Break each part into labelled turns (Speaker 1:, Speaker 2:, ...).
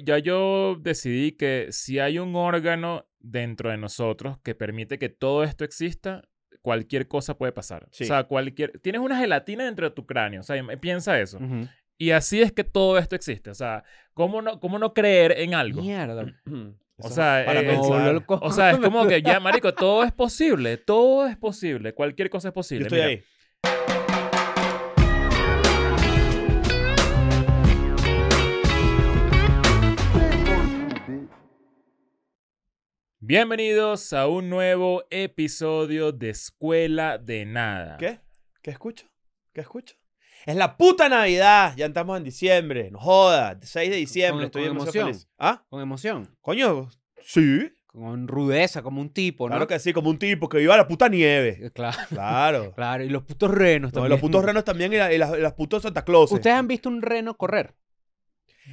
Speaker 1: ya yo decidí que si hay un órgano dentro de nosotros que permite que todo esto exista, cualquier cosa puede pasar.
Speaker 2: Sí.
Speaker 1: O sea, cualquier... Tienes una gelatina dentro de tu cráneo, o sea, im- piensa eso.
Speaker 2: Ujú.
Speaker 1: Y así es que todo esto existe, o sea, ¿cómo no, cómo no creer en algo?
Speaker 2: Mierda.
Speaker 1: O sea,
Speaker 2: para
Speaker 1: eh,
Speaker 2: no
Speaker 1: es-
Speaker 2: volver loco.
Speaker 1: O sea, es como que ya, marico, todo es posible, todo es posible, cualquier cosa es posible.
Speaker 2: Yo estoy
Speaker 1: Mira,
Speaker 2: ahí.
Speaker 1: Bienvenidos a un nuevo episodio de Escuela de Nada.
Speaker 2: ¿Qué? ¿Qué escucho? ¿Qué escucho? Es la puta Navidad. Ya estamos en diciembre. No joda. 6 de diciembre.
Speaker 3: Con-
Speaker 2: estoy
Speaker 3: con
Speaker 2: demasiado
Speaker 3: emoción.
Speaker 2: feliz. ¿Ah?
Speaker 3: Con emoción,
Speaker 2: Coño. Sí.
Speaker 3: con rudeza, como un tipo, ¿no?
Speaker 2: Claro que sí, como un tipo que viva la puta nieve.
Speaker 3: Eh, Claro,
Speaker 2: Claro.
Speaker 3: claro. Y los putos renos
Speaker 2: No,
Speaker 3: también.
Speaker 2: los putos renos también y, la- y las, las putos Santa Claus.
Speaker 3: ¿Ustedes han visto un reno correr?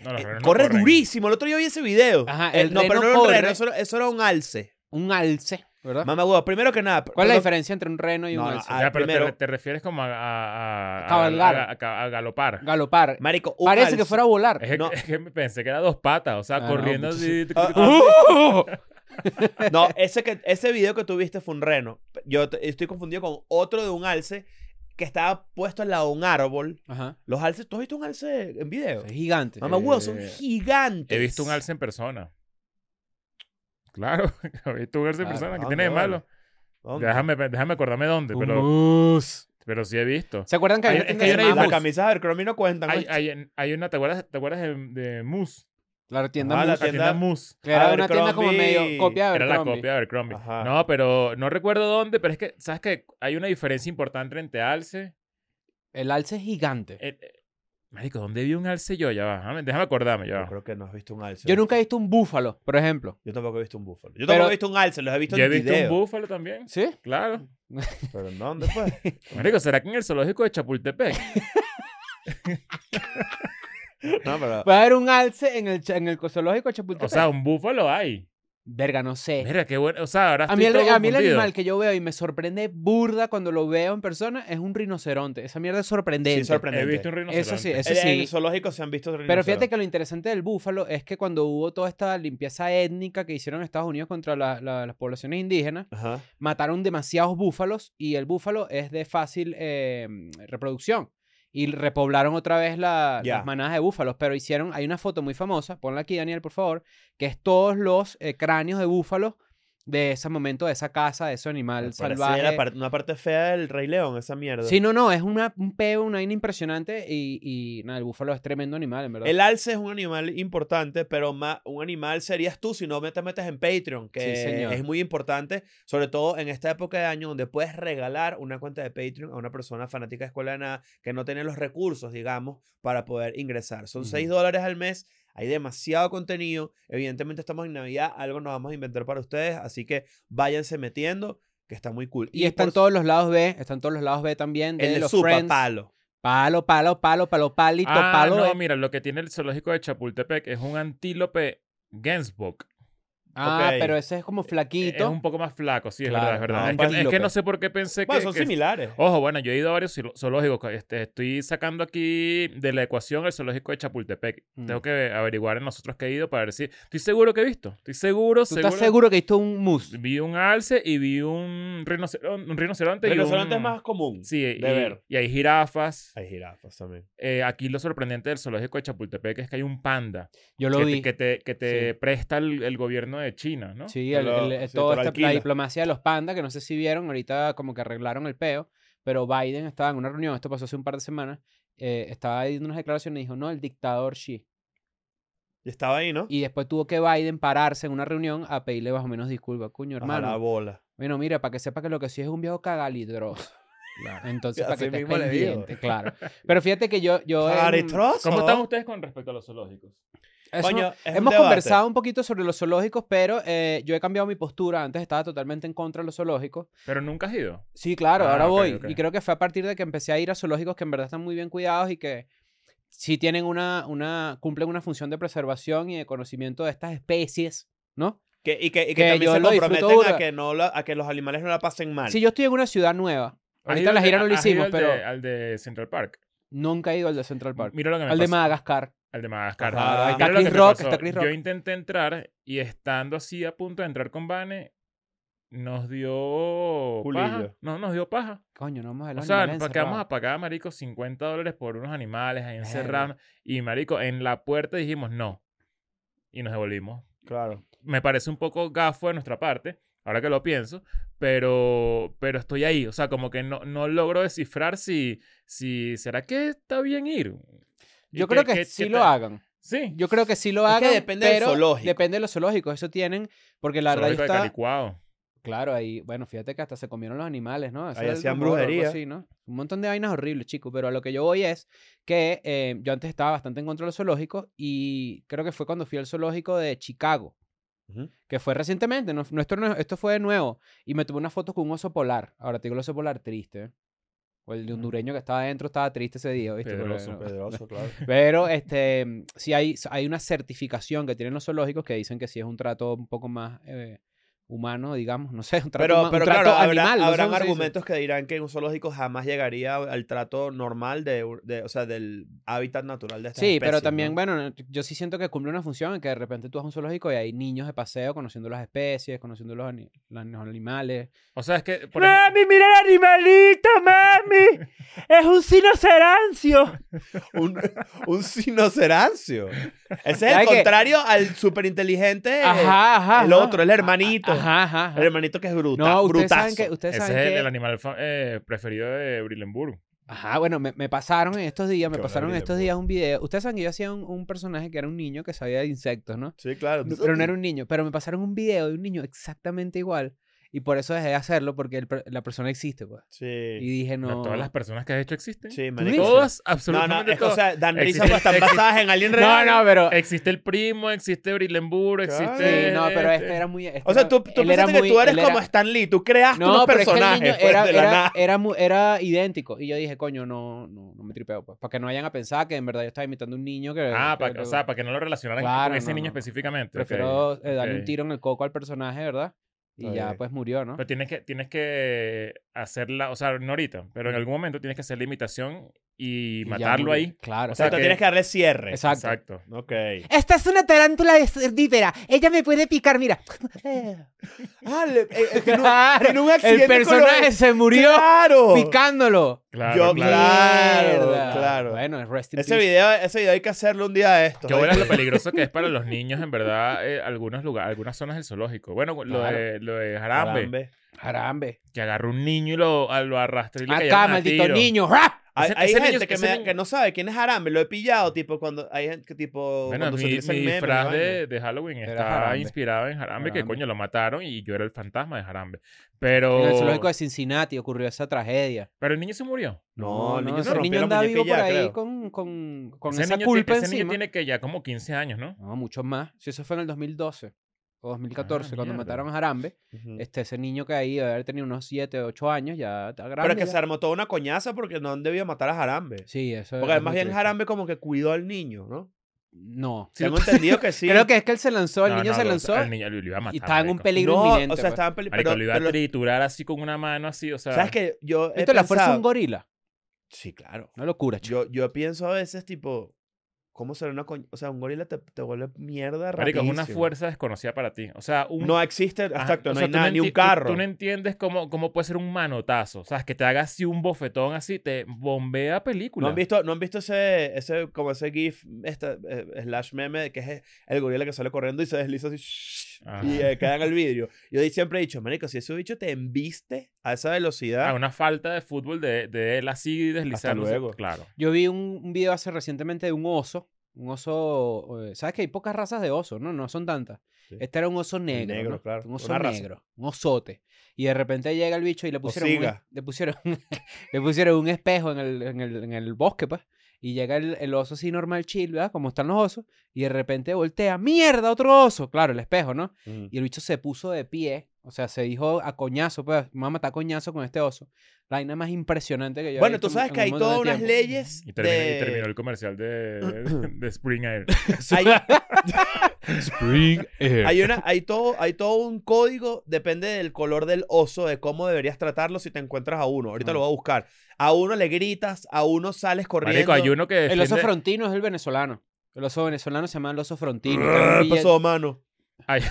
Speaker 1: No, los renos no
Speaker 2: Eh, corre
Speaker 1: corren.
Speaker 2: durísimo. El otro día vi ese video.
Speaker 3: Ajá,
Speaker 2: Eh,
Speaker 3: el
Speaker 2: no, pero
Speaker 3: reno
Speaker 2: no era un
Speaker 3: corre.
Speaker 2: reno, eso, era- eso era un alce.
Speaker 3: Un alce, ¿verdad?
Speaker 2: Mamá huevo, primero que nada.
Speaker 3: ¿Ah? ¿Cuál es la
Speaker 2: perdón-
Speaker 3: diferencia entre un reno y un
Speaker 2: No, no,
Speaker 3: alce?
Speaker 2: ah,
Speaker 1: Ya, pero te-
Speaker 2: primero-
Speaker 1: te, refieres como a, a, a-
Speaker 3: A cabalgar.
Speaker 1: a- a- a galopar.
Speaker 3: Galopar.
Speaker 2: Marico, un
Speaker 3: Parece
Speaker 2: alce.
Speaker 3: que fuera a volar.
Speaker 1: Es que,
Speaker 2: No.
Speaker 1: es que pensé que era dos patas, o sea,
Speaker 3: Ah, no,
Speaker 1: corriendo
Speaker 3: mucho
Speaker 1: así.
Speaker 2: Ah, ah,
Speaker 3: ¡Oh!
Speaker 2: No, ese, que, ese video que tuviste fue un reno. Yo t- estoy confundido con otro de un alce que estaba puesto al lado de un árbol.
Speaker 3: Ajá.
Speaker 2: Los alces, ¿tú has visto un alce en video?
Speaker 3: Es gigante.
Speaker 2: Mamá huevo, son
Speaker 1: Eh,
Speaker 2: gigantes.
Speaker 1: He visto un alce en persona. Claro, he visto un alce en
Speaker 3: Claro,
Speaker 1: persona. ¿Qué
Speaker 2: Ah, ¿dónde,
Speaker 1: tiene de malo?
Speaker 2: ¿Dónde?
Speaker 1: Déjame, déjame acordarme dónde,
Speaker 3: Un
Speaker 1: pero,
Speaker 3: mus.
Speaker 1: pero sí he visto.
Speaker 3: ¿Se acuerdan que
Speaker 1: Hay-
Speaker 3: había
Speaker 1: es
Speaker 3: una
Speaker 1: que hay
Speaker 3: tienda
Speaker 1: una
Speaker 3: llamada-
Speaker 2: Las
Speaker 1: diferencia.
Speaker 2: camisas de Cromi no cuentan.
Speaker 1: Hay,
Speaker 2: ¿oíste?
Speaker 1: hay, hay una, ¿te acuerdas, te acuerdas de, de Moose?
Speaker 3: La
Speaker 2: Ah,
Speaker 3: tienda
Speaker 2: la Ah,
Speaker 3: mus,
Speaker 1: La tienda Moose.
Speaker 3: Que era una
Speaker 2: Abercrombie.
Speaker 3: tienda como medio copia de
Speaker 1: Era la
Speaker 3: Abercrombie.
Speaker 1: copia de Abercrombie.
Speaker 2: Ajá.
Speaker 1: No, pero no recuerdo dónde, pero es que, ¿sabes que Hay una diferencia importante entre alce.
Speaker 3: El alce es gigante.
Speaker 1: eh, eh, marico, ¿dónde vi un alce yo? Ya va, déjame, déjame acordarme, ya
Speaker 2: Yo
Speaker 1: va.
Speaker 2: creo que no has visto un alce.
Speaker 3: Yo nunca he visto un búfalo, por ejemplo.
Speaker 2: Yo tampoco he visto un búfalo. Yo
Speaker 3: Pero-
Speaker 2: tampoco he visto un alce, los he visto
Speaker 1: Yo he
Speaker 2: en
Speaker 1: visto
Speaker 2: video.
Speaker 1: un búfalo también.
Speaker 3: ¿Sí?
Speaker 1: Claro.
Speaker 2: Pero ¿en dónde pues?
Speaker 1: Marico, ¿será que en el zoológico de Chapultepec?
Speaker 2: no, pero...
Speaker 3: Va a haber un alce en el, cha- en el zoológico de Chapultepec.
Speaker 1: O sea, un búfalo hay.
Speaker 3: Verga, no sé.
Speaker 1: Mira, qué bueno. O sea, ahora
Speaker 3: A
Speaker 1: estoy
Speaker 3: mí, el,
Speaker 1: todo
Speaker 3: a mí el
Speaker 1: confundido.
Speaker 3: animal que yo veo y me sorprende burda cuando lo veo en persona es un rinoceronte. Esa mierda es sorprendente.
Speaker 2: Sí, sorprendente.
Speaker 1: He visto un rinoceronte. Eh,
Speaker 3: Eso sí,
Speaker 2: En
Speaker 3: eso
Speaker 2: en
Speaker 3: sí.
Speaker 2: el zoológico se han visto
Speaker 3: Pero fíjate que lo interesante del búfalo es que cuando hubo toda esta limpieza étnica que hicieron en Estados Unidos contra la- la- las poblaciones indígenas,
Speaker 2: Ajá.
Speaker 3: mataron demasiados búfalos y el búfalo es de fácil eh, reproducción. Y repoblaron otra vez la-
Speaker 2: Ya.
Speaker 3: las manadas de búfalos, pero hicieron, hay una foto muy famosa, ponla aquí Daniel, por favor, que es todos los eh, cráneos de búfalos de ese momento, de esa casa, de ese animal
Speaker 2: Parece
Speaker 3: salvaje.
Speaker 2: la parte- una parte fea del Rey León, esa mierda.
Speaker 3: Sí, no, no, es una, un peo, una vaina impresionante y, y nada, el búfalo es tremendo animal, en verdad.
Speaker 2: El alce es un animal importante, pero ma- un animal serías tú si no me- te metes en Patreon, que
Speaker 3: Sí, señor.
Speaker 2: es muy importante, sobre todo en esta época de año donde puedes regalar una cuenta de Patreon a una persona fanática de Escuela de Nada que no tiene los recursos, digamos, para poder ingresar. Son
Speaker 3: Ujú.
Speaker 2: 6 dólares al mes. Hay demasiado contenido. Evidentemente estamos en Navidad. Algo nos vamos a inventar para ustedes. Así que váyanse metiendo, que está muy cool.
Speaker 3: y están
Speaker 2: por
Speaker 3: todos los lados B, están todos los lados B también de
Speaker 2: el de
Speaker 3: los
Speaker 2: Supa,
Speaker 3: Friends.
Speaker 2: palo.
Speaker 3: Palo, palo, palo, palo, palito,
Speaker 1: Ah,
Speaker 3: palo.
Speaker 1: no,
Speaker 3: eh.
Speaker 1: mira, lo que tiene el zoológico de Chapultepec es un antílope Gensbok. Eh,
Speaker 3: ah,
Speaker 2: ok.
Speaker 3: pero ese es como
Speaker 1: Es
Speaker 3: flaquito.
Speaker 1: un poco más flaco, sí, es
Speaker 3: Claro,
Speaker 1: verdad, es verdad.
Speaker 2: ah,
Speaker 1: Es
Speaker 2: un
Speaker 1: que- es, que,
Speaker 3: antílope.
Speaker 1: no sé por qué pensé
Speaker 2: Bueno,
Speaker 1: que...
Speaker 2: son
Speaker 1: que-
Speaker 2: similares.
Speaker 1: Ojo, bueno, yo he ido a varios zoolo- zoológicos. Este, estoy sacando aquí de la ecuación el zoológico de Chapultepec.
Speaker 3: Mm.
Speaker 1: Tengo que averiguar en nosotros que he ido para ver si... Estoy seguro que he visto. Estoy seguro,
Speaker 3: ¿Tú
Speaker 1: seguro.
Speaker 3: estás seguro que esto es un mus?
Speaker 2: Mm,
Speaker 1: Vi un alce y vi un, rinoceron- un rinoceronte. y
Speaker 2: Pero
Speaker 1: un-
Speaker 2: solamente es más común.
Speaker 1: Sí, y,
Speaker 2: ver.
Speaker 1: y hay jirafas.
Speaker 2: Hay jirafas también.
Speaker 1: Eh, aquí lo sorprendente del zoológico de Chapultepec es que hay un panda
Speaker 3: Yo lo
Speaker 1: que
Speaker 3: vi.
Speaker 1: te, que te, que te
Speaker 3: Sí.
Speaker 1: presta el, el gobierno de China, ¿no?
Speaker 3: Sí,
Speaker 2: Te
Speaker 3: el-
Speaker 2: lo-
Speaker 3: el- el-
Speaker 2: sí, te
Speaker 3: toda
Speaker 2: lo
Speaker 3: esta-
Speaker 2: alquila.
Speaker 3: la diplomacia de los pandas, que no sé si vieron, ahorita como que arreglaron el peo, pero Biden estaba en una reunión, esto pasó hace un par de semanas, eh, estaba dando unas declaraciones y dijo, no, el dictador Xi.
Speaker 2: Y estaba ahí, ¿no?
Speaker 3: Y después tuvo que Biden pararse en una reunión a pedirle más o menos disculpas, coño,
Speaker 2: Baja la
Speaker 3: hermano.
Speaker 2: bola.
Speaker 3: Bueno, mira, para que sepa que lo que sí es un viejo cagalidroso.
Speaker 2: Ah,
Speaker 3: Entonces, para
Speaker 2: Así
Speaker 3: que estés
Speaker 2: mismo le digo.
Speaker 3: pendiente, claro. Pero fíjate que yo... yo en-
Speaker 2: Caristroso.
Speaker 1: ¿Cómo están ustedes con respecto a los zoológicos?
Speaker 3: eso-
Speaker 2: Coño, es un
Speaker 3: Hemos
Speaker 2: debate.
Speaker 3: conversado un poquito sobre los zoológicos, pero eh, yo he cambiado mi postura. Antes estaba totalmente en contra de los zoológicos.
Speaker 1: Pero nunca has ido.
Speaker 3: Sí, claro,
Speaker 1: Ah,
Speaker 3: ahora
Speaker 1: ok,
Speaker 3: voy.
Speaker 1: ok.
Speaker 3: Y creo que fue a partir de que empecé a ir a zoológicos que en verdad están muy bien cuidados y que sí tienen una, una cumplen una función de preservación y de conocimiento de estas especies, ¿no?
Speaker 2: Que, y que, y que
Speaker 3: Que
Speaker 2: también
Speaker 3: yo
Speaker 2: se
Speaker 3: lo disfruto
Speaker 2: comprometen a
Speaker 3: burda.
Speaker 2: que, no la- a que los animales no la pasen mal.
Speaker 3: Si yo estoy en una ciudad nueva,
Speaker 1: ¿Has
Speaker 3: ahorita
Speaker 1: ido
Speaker 3: en la
Speaker 1: al
Speaker 3: gira
Speaker 1: de-
Speaker 3: no lo
Speaker 1: has ido
Speaker 3: hicimos,
Speaker 1: al
Speaker 3: pero
Speaker 1: de- al de Central Park.
Speaker 3: nunca he ido al de Central Park.
Speaker 1: Mira lo que me
Speaker 3: al de
Speaker 1: pasó.
Speaker 3: Madagascar.
Speaker 1: El de Madagascar.
Speaker 2: Ajá.
Speaker 3: Claro, ahí
Speaker 1: Mira
Speaker 3: está
Speaker 1: lo que
Speaker 3: Chris
Speaker 1: me
Speaker 3: Rock,
Speaker 1: pasó.
Speaker 3: está Chris Rock.
Speaker 1: Yo intenté entrar y estando así a punto de entrar con Vane, nos dio paja.
Speaker 2: Culillo.
Speaker 1: No, nos dio paja.
Speaker 3: Coño, no vamos a
Speaker 1: O
Speaker 3: hablar
Speaker 1: sea, ¿para qué vamos a pagar, marico, 50 dólares por unos animales ahí encerrados? Y, marico, en la puerta dijimos no. Y nos devolvimos.
Speaker 2: Claro.
Speaker 1: Me parece un poco gafo de nuestra parte, ahora que lo pienso, pero, pero estoy ahí. O sea, como que no, no logro descifrar si, si... ¿Será que está bien ir? ¿Y
Speaker 3: Yo
Speaker 1: qué-
Speaker 3: creo que
Speaker 1: qué-
Speaker 3: sí
Speaker 1: qué
Speaker 3: lo
Speaker 1: tal?
Speaker 3: hagan.
Speaker 1: Sí.
Speaker 3: Yo creo que sí lo
Speaker 2: Es que
Speaker 3: hagan.
Speaker 2: depende del
Speaker 3: pero
Speaker 2: zoológico.
Speaker 3: Depende de los zoológicos. Eso tienen. Porque la
Speaker 1: Zoológico de
Speaker 3: verdad ahí está.
Speaker 1: Calicuao.
Speaker 3: Claro, ahí. Bueno, fíjate que hasta se comieron los animales, ¿no? Eso
Speaker 2: Ahí
Speaker 3: era el
Speaker 2: hacían
Speaker 3: rumor o algo
Speaker 2: brujería.
Speaker 3: así, ¿no? Un montón de vainas horribles, chicos. Pero a lo que yo voy es que eh, yo antes estaba bastante en contra de los zoológicos. Y creo que fue cuando fui al zoológico de Chicago.
Speaker 2: Ujú.
Speaker 3: Que fue recientemente, no, no, esto, no- esto fue de nuevo. Y me tomé una foto con un oso polar. Ahora te digo el oso polar triste. ¿eh? O el hondureño que estaba adentro estaba triste ese día, ¿viste? Pero
Speaker 1: Pedroso,
Speaker 3: no-
Speaker 2: Pedroso, claro.
Speaker 3: pero este, sí hay, hay una certificación que tienen los zoológicos que dicen que sí es un trato un poco más eh, humano, digamos, no sé, un trato,
Speaker 2: Pero,
Speaker 3: huma- un
Speaker 2: pero
Speaker 3: trato
Speaker 2: claro, habrá-
Speaker 3: animal. no sé
Speaker 2: habrán
Speaker 3: cómo se dice.
Speaker 2: argumentos que dirán que un zoológico jamás llegaría al trato normal de, de- o sea, del hábitat natural de
Speaker 3: Sí,
Speaker 2: estas especies,
Speaker 3: pero
Speaker 2: ¿no?
Speaker 3: también, bueno, yo sí siento que cumple una función en que de repente tú vas a un zoológico y hay niños de paseo conociendo las especies, conociendo los, ani- los animales.
Speaker 1: O sea, es que. por ejemplo-
Speaker 4: Mami, mira el animalito, mami. Es un sinocerancio.
Speaker 2: Un, un sinocerancio. Ese es el
Speaker 3: ¿Sabes qué?
Speaker 2: contrario al superinteligente. eh,
Speaker 3: Ajá, ajá.
Speaker 2: el
Speaker 3: ajá.
Speaker 2: otro, el hermanito.
Speaker 3: Ajá, ajá. ajá.
Speaker 2: El hermanito que es brutal.
Speaker 3: No, ustedes saben que... Ustedes
Speaker 1: Ese es
Speaker 3: saben
Speaker 1: el,
Speaker 3: que-
Speaker 1: el animal fa- eh, preferido de Brillenburg.
Speaker 3: Ajá, bueno, me, me pasaron en estos días, me
Speaker 2: Qué pues.
Speaker 3: pasaron en
Speaker 2: maravilla,
Speaker 3: estos días un video. Ustedes saben que yo hacía un, un personaje que era un niño que sabía de insectos, ¿no?
Speaker 2: Sí, claro.
Speaker 3: No, Pero no era un niño, pero me pasaron un video de un niño exactamente igual y por eso dejé de hacerlo porque el per- la persona existe, pues. Y
Speaker 2: Sí.
Speaker 3: dije,
Speaker 1: Pero
Speaker 3: no.
Speaker 1: Todas las personas que has hecho existen.
Speaker 2: Sí,
Speaker 3: dices?
Speaker 2: marico.
Speaker 1: Todas,
Speaker 2: No, no,
Speaker 1: absolutamente
Speaker 2: es que, o
Speaker 1: todas.
Speaker 2: sea, dan risa
Speaker 1: Existe-
Speaker 2: pero están
Speaker 1: existe-
Speaker 2: basadas en alguien
Speaker 3: No,
Speaker 2: real.
Speaker 3: no, pero
Speaker 1: Existe el primo, existe Brillenburg,
Speaker 2: Claro.
Speaker 1: existe.
Speaker 3: Sí, no, pero este era muy este
Speaker 2: O sea,
Speaker 3: era-
Speaker 2: tú, tú
Speaker 3: él era
Speaker 2: pensaste que
Speaker 3: muy-
Speaker 2: tú eres
Speaker 3: él
Speaker 2: como
Speaker 3: era-
Speaker 2: Stan Lee. Tú creaste
Speaker 3: no,
Speaker 2: unos
Speaker 3: pero es que el
Speaker 2: personajes
Speaker 3: niño
Speaker 2: pues,
Speaker 3: era,
Speaker 2: de la
Speaker 3: era-
Speaker 2: nada.
Speaker 3: era mu- era idéntico. Y yo dije, coño, no, no, no me tripeo. Pues, para que no vayan a pensar que en verdad yo estaba imitando a un niño que.
Speaker 1: Ah,
Speaker 3: que-
Speaker 1: para, que- o sea, para que no lo relacionaran
Speaker 3: Claro,
Speaker 1: con ese
Speaker 3: no,
Speaker 1: niño
Speaker 3: no.
Speaker 1: específicamente. ok,
Speaker 3: Prefiero eh, darle
Speaker 1: ok.
Speaker 3: un tiro en el coco al personaje, ¿verdad? Y
Speaker 2: Está
Speaker 3: ya
Speaker 2: bien.
Speaker 3: pues murió, ¿no?
Speaker 1: Pero tienes que, tienes que hacerla, o sea, no ahorita, pero en algún momento tienes que hacer la imitación y,
Speaker 3: Y ya
Speaker 1: matarlo
Speaker 3: murió.
Speaker 1: ahí.
Speaker 3: Claro.
Speaker 2: O sea,
Speaker 1: o sea
Speaker 2: tú
Speaker 1: que-
Speaker 2: tienes que darle cierre.
Speaker 3: Exacto.
Speaker 1: Exacto.
Speaker 2: Ok.
Speaker 4: Esta es una tarántula herbívora. Ella me puede picar, mira.
Speaker 2: Ah, le- eh, eh, tiene un-
Speaker 3: Claro,
Speaker 2: tiene un
Speaker 3: el
Speaker 2: accidente con
Speaker 3: personaje
Speaker 2: los-
Speaker 3: se murió
Speaker 2: ¡Claro!
Speaker 3: picándolo.
Speaker 1: Claro,
Speaker 2: Yo-
Speaker 1: claro.
Speaker 2: Claro,
Speaker 3: Mierda.
Speaker 2: claro.
Speaker 3: Bueno, es rest in
Speaker 2: Ese
Speaker 3: peace.
Speaker 2: video, ese video hay que hacerlo un día de esto.
Speaker 1: Que bueno es lo peligroso que es para los niños, en verdad, eh, algunos lugares, algunas zonas del zoológico. Bueno, lo
Speaker 3: Claro.
Speaker 1: de, lo de Jarambe,
Speaker 3: Jarambe.
Speaker 1: que agarró un niño y lo, a- lo arrastró y le
Speaker 3: Acá,
Speaker 1: cayeron a
Speaker 3: Ah, maldito
Speaker 1: tiro.
Speaker 3: niño. ¡Rap!
Speaker 2: Hay,
Speaker 1: Ese-
Speaker 2: hay
Speaker 1: ese
Speaker 2: gente
Speaker 1: niño-
Speaker 2: que,
Speaker 1: ese
Speaker 2: me-
Speaker 1: niño-
Speaker 2: que no sabe quién es Arambe. Lo he pillado, tipo, cuando hay gente que, tipo,
Speaker 1: Bueno,
Speaker 2: cuando se
Speaker 1: mi,
Speaker 2: utilizan
Speaker 1: mi
Speaker 2: memes,
Speaker 1: disfraz
Speaker 2: vaina.
Speaker 1: de, de Halloween
Speaker 3: Era
Speaker 1: está
Speaker 3: Jarambe.
Speaker 1: inspirado en Jarambe, que
Speaker 3: Jarambe.
Speaker 1: coño, lo mataron y yo era el fantasma de Jarambe. Pero,
Speaker 3: En el zoológico de Cincinnati ocurrió esa tragedia.
Speaker 1: pero el niño se murió.
Speaker 2: No, el niño se
Speaker 3: ese
Speaker 2: rompió la
Speaker 3: anda vivo
Speaker 2: muñeca ya,
Speaker 3: por ahí
Speaker 2: creo.
Speaker 3: con, con, con
Speaker 1: Ese
Speaker 3: esa
Speaker 1: niño
Speaker 3: culpa
Speaker 1: tiene, ese niño
Speaker 3: encima.
Speaker 1: tiene que ya como 15 años, ¿no?
Speaker 3: No, muchos más. Si eso fue en el 2012 o 2014, cuando
Speaker 1: mierda.
Speaker 3: mataron a Jarambe,
Speaker 2: Ujú.
Speaker 3: este, ese niño que ahí debe haber tenido unos 7, 8 años, ya está grande.
Speaker 2: Pero es que
Speaker 3: ya.
Speaker 2: se armó toda una coñaza porque no debía matar a Jarambe.
Speaker 3: Sí, eso es
Speaker 2: Porque
Speaker 3: muy
Speaker 2: además bien
Speaker 3: triste.
Speaker 2: Jarambe como que cuidó al niño, ¿no?
Speaker 3: No.
Speaker 1: Sí,
Speaker 2: Tengo entendido que sí.
Speaker 3: Creo que es que él se lanzó, el
Speaker 1: No,
Speaker 3: niño
Speaker 1: no,
Speaker 3: se
Speaker 1: lo-
Speaker 3: lanzó
Speaker 1: El niño lo, lo iba a matar.
Speaker 3: y estaba en un
Speaker 1: marico.
Speaker 3: peligro
Speaker 2: no,
Speaker 3: inminente.
Speaker 2: o sea,
Speaker 3: pues.
Speaker 2: estaban peli...
Speaker 1: Marico,
Speaker 2: pero,
Speaker 1: lo iba a
Speaker 2: pero-
Speaker 1: triturar así con una mano así, o sea...
Speaker 2: ¿Sabes que yo he
Speaker 3: Esto es la fuerza de un
Speaker 2: pensado-
Speaker 3: gorila.
Speaker 2: Sí, claro.
Speaker 3: Una locura, chico.
Speaker 2: Yo, yo pienso a veces, tipo, ¿cómo será una coña? O sea, un gorila te, te vuelve mierda
Speaker 1: Marico,
Speaker 2: rapidísimo.
Speaker 1: es una fuerza desconocida para ti. O sea, un...
Speaker 2: No existe,
Speaker 1: Ajá,
Speaker 2: exacto,
Speaker 1: o
Speaker 2: no
Speaker 1: sea,
Speaker 2: hay
Speaker 1: tú
Speaker 2: nada, ni
Speaker 1: enti-
Speaker 2: un
Speaker 1: tú-
Speaker 2: carro.
Speaker 1: Tú, no entiendes cómo, cómo puede ser un manotazo. O sea, que te haga así un bofetón así, te bombea película.
Speaker 2: ¿No han visto, ¿no han visto ese, ese, como ese GIF, esta, eh, slash meme, de que es el gorila que sale corriendo y se desliza así, shhh,
Speaker 1: Ajá.
Speaker 2: y eh, cae en el vidrio? Yo di- siempre he dicho, marico, si ese bicho te embiste a esa velocidad,
Speaker 1: Ah, una falta de fútbol de, de él así deslizando.
Speaker 2: luego.
Speaker 1: Claro.
Speaker 3: Yo vi un, un video hace recientemente de un oso. Un oso. eh, ¿Sabes que hay pocas razas de osos? No, no son tantas.
Speaker 2: Sí.
Speaker 3: Este era un oso negro.
Speaker 2: negro,
Speaker 3: ¿no?
Speaker 2: claro,
Speaker 3: Un oso
Speaker 2: una raza.
Speaker 3: negro. Un osote. Y de repente llega el bicho y le pusieron. Un,
Speaker 2: siga.
Speaker 3: le, pusieron le pusieron un espejo en el, en el, en el bosque, pues. Y llega el, el oso así normal chill, ¿verdad? Como están los osos. Y de repente voltea. ¡Mierda! Otro oso. Claro, el espejo, ¿no?
Speaker 2: mm,
Speaker 3: Y el bicho se puso de pie. O sea, se dijo a coñazo, pues, mamá está coñazo con este oso. La vaina más impresionante que yo he
Speaker 2: Bueno,
Speaker 3: visto
Speaker 2: tú
Speaker 3: en-
Speaker 2: sabes
Speaker 3: en
Speaker 2: que
Speaker 3: un
Speaker 2: hay
Speaker 3: montón
Speaker 2: todas
Speaker 3: de
Speaker 2: unas
Speaker 3: tiempo.
Speaker 2: leyes
Speaker 1: Y terminó, y
Speaker 2: de-
Speaker 1: terminó el comercial de, de Spring Air.
Speaker 2: Hay,
Speaker 3: Spring Air.
Speaker 2: hay una, hay, todo, hay todo un código, depende del color del oso, de cómo deberías tratarlo si te encuentras a uno. Ahorita
Speaker 3: Ah.
Speaker 2: lo voy a buscar. A uno le gritas, a uno sales corriendo.
Speaker 1: Marico, hay uno que
Speaker 3: El
Speaker 1: defiende...
Speaker 3: oso frontino es el venezolano. El oso venezolano se llama el oso frontino.
Speaker 1: Ah,
Speaker 3: que era un
Speaker 1: pues,
Speaker 2: ¿Qué
Speaker 3: billete-
Speaker 2: pasó, mano?
Speaker 1: Hay,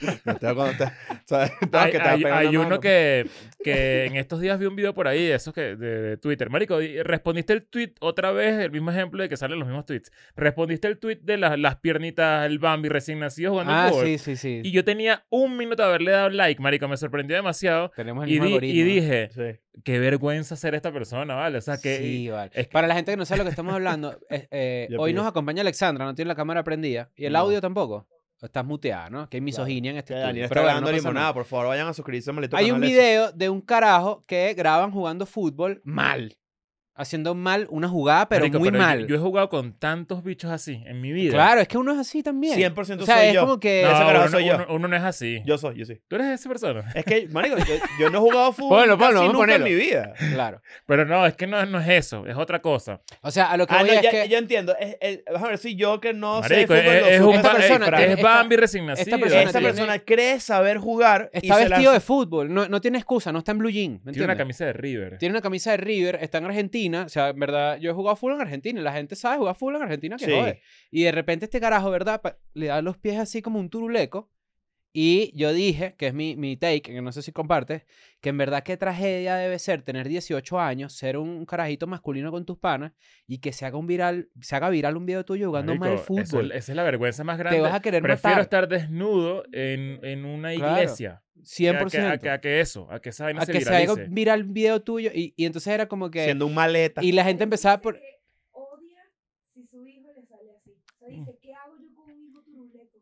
Speaker 2: Ya te- cuando te- ¿sabes? Te vas
Speaker 1: hay-
Speaker 2: que te
Speaker 1: hay-
Speaker 2: va a pegar
Speaker 1: hay
Speaker 2: la
Speaker 1: uno
Speaker 2: mano.
Speaker 1: que, que en estos días vi un video por ahí de esos que, de, de Twitter. Marico, y respondiste el tweet otra vez, el mismo ejemplo de que salen los mismos tweets. Respondiste el tweet de las- las piernitas, el Bambi recién nacido jugando al
Speaker 3: Ah,
Speaker 1: fútbol.
Speaker 3: sí, sí, sí.
Speaker 1: pues. Y yo tenía un minuto de haberle dado like, marico. Me sorprendió demasiado.
Speaker 3: Tenemos el
Speaker 1: Y,
Speaker 3: mismo
Speaker 1: di-
Speaker 3: algoritmo.
Speaker 1: y dije,
Speaker 2: Sí.
Speaker 1: qué vergüenza ser esta persona, ¿vale? O sea, que...
Speaker 3: Sí, vale.
Speaker 1: es que-
Speaker 3: Para la gente que no sabe lo que estamos hablando, es- eh,
Speaker 2: Ya
Speaker 3: hoy
Speaker 2: pillé.
Speaker 3: nos acompaña Alexandra, no tiene la cámara prendida. Y el
Speaker 2: No.
Speaker 3: audio tampoco. Estás muteada, ¿no? Que hay misoginia en
Speaker 2: Que
Speaker 3: este estudio.
Speaker 2: Daniel está
Speaker 3: Pero bueno,
Speaker 2: grabando
Speaker 3: no pasa
Speaker 1: pues,
Speaker 2: limonada, por favor, vayan a suscribirse al maldito
Speaker 3: Hay un
Speaker 2: canal ese.
Speaker 3: video de un carajo que graban jugando fútbol mal. Haciendo mal una jugada, pero
Speaker 1: Marico,
Speaker 3: muy
Speaker 1: yo-
Speaker 3: mal.
Speaker 1: Yo, he jugado con tantos bichos así en mi vida.
Speaker 3: Claro, es que uno es así también.
Speaker 2: 100%
Speaker 3: o sea,
Speaker 2: soy
Speaker 3: es
Speaker 2: yo.
Speaker 3: como que.
Speaker 1: No,
Speaker 2: Ese carajo
Speaker 1: uno,
Speaker 2: soy yo.
Speaker 1: uno- uno no es así.
Speaker 2: Yo soy, yo sí.
Speaker 1: Tú eres esa persona.
Speaker 2: Es que, marico, yo, yo no he jugado fútbol
Speaker 3: Ponlo, ponlo,
Speaker 2: casi
Speaker 3: vamos a
Speaker 2: nunca en
Speaker 3: ponerlo.
Speaker 2: mi vida.
Speaker 3: Claro.
Speaker 1: Pero no, es que no, no es eso. Es otra cosa.
Speaker 3: O sea, a lo que
Speaker 2: Ah,
Speaker 3: voy
Speaker 2: no,
Speaker 3: es
Speaker 2: ya,
Speaker 3: que
Speaker 2: ya entiendo. Es, es- vamos a ver si yo que no sé de
Speaker 1: Marico, es,
Speaker 2: fútbol lo
Speaker 1: es un
Speaker 2: supe.
Speaker 3: Esta
Speaker 1: ba-
Speaker 3: persona
Speaker 1: es-
Speaker 3: tiene-
Speaker 1: es
Speaker 3: esta-
Speaker 1: Bambi recién nacido.
Speaker 3: persona
Speaker 1: Tiene-
Speaker 2: Esta
Speaker 3: tiene-
Speaker 2: persona cree saber jugar y
Speaker 3: está
Speaker 2: se lanza-
Speaker 3: vestido de fútbol. No, no tiene excusa, no está en blue jean. ¿me
Speaker 1: Tiene una
Speaker 3: entiendes?
Speaker 1: camisa de River.
Speaker 3: Tiene una camisa de River, está en Argentina. O sea, en verdad, yo he jugado fútbol en Argentina y la gente sabe jugar fútbol en Argentina que
Speaker 2: Sí.
Speaker 3: jode. Y de repente este carajo, ¿verdad? Pa- le da los pies así como un turuleco. Y yo dije, que es mi, mi take, que no sé si compartes, que en verdad qué tragedia debe ser tener 18 años, ser un carajito masculino con tus panas y que se haga un viral, se haga viral un video tuyo jugando mal
Speaker 1: Marico, eso es-
Speaker 3: fútbol.
Speaker 1: esa es la vergüenza más grande.
Speaker 3: Te vas a querer
Speaker 1: Prefiero
Speaker 3: matar.
Speaker 1: estar desnudo en, en una
Speaker 3: Claro.
Speaker 1: iglesia. que a
Speaker 3: 100%.
Speaker 1: que- A, que, a que eso, a que esa vaina
Speaker 3: a
Speaker 1: se
Speaker 3: que se haga
Speaker 1: viralice.
Speaker 3: viral un video tuyo. Y, y entonces era como que...
Speaker 2: siendo un maleta.
Speaker 3: Y la gente empezaba por...
Speaker 5: Odia si su hijo le sale así. O sea,
Speaker 3: Mm.
Speaker 5: dice, ¿qué hago yo con un hijo turuleco?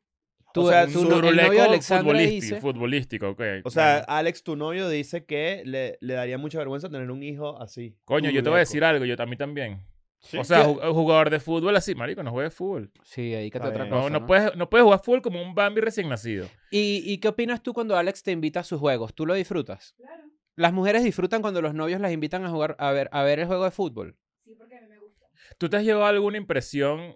Speaker 3: Tu,
Speaker 2: sea,
Speaker 3: tu
Speaker 2: su
Speaker 3: no- el novio de
Speaker 1: Turuleco
Speaker 3: Alexandra
Speaker 1: futbolístico,
Speaker 3: dice-
Speaker 1: futbolístico, ok.
Speaker 2: O sea,
Speaker 1: Bueno.
Speaker 2: Alex, tu novio, dice que le, le daría mucha vergüenza tener un hijo así.
Speaker 1: coño, yo te
Speaker 2: turuleco.
Speaker 1: voy a decir algo, yo a mí también.
Speaker 2: Sí.
Speaker 1: O sea,
Speaker 3: Yo-
Speaker 1: ju- un jugador de fútbol así, marico, no juegue fútbol.
Speaker 3: Sí, dedícate a
Speaker 2: Está
Speaker 3: otra
Speaker 2: bien.
Speaker 1: No,
Speaker 3: cosa.
Speaker 1: no,
Speaker 3: ¿no?
Speaker 1: Puedes, no puedes jugar fútbol como un Bambi recién nacido.
Speaker 3: ¿Y, y qué opinas tú cuando Alex te invita a sus juegos? ¿Tú lo disfrutas?
Speaker 5: Claro.
Speaker 3: Las mujeres disfrutan cuando los novios las invitan a jugar a ver, a ver el juego de fútbol.
Speaker 5: Sí, porque a mí me gusta.
Speaker 1: ¿Tú te has llevado alguna impresión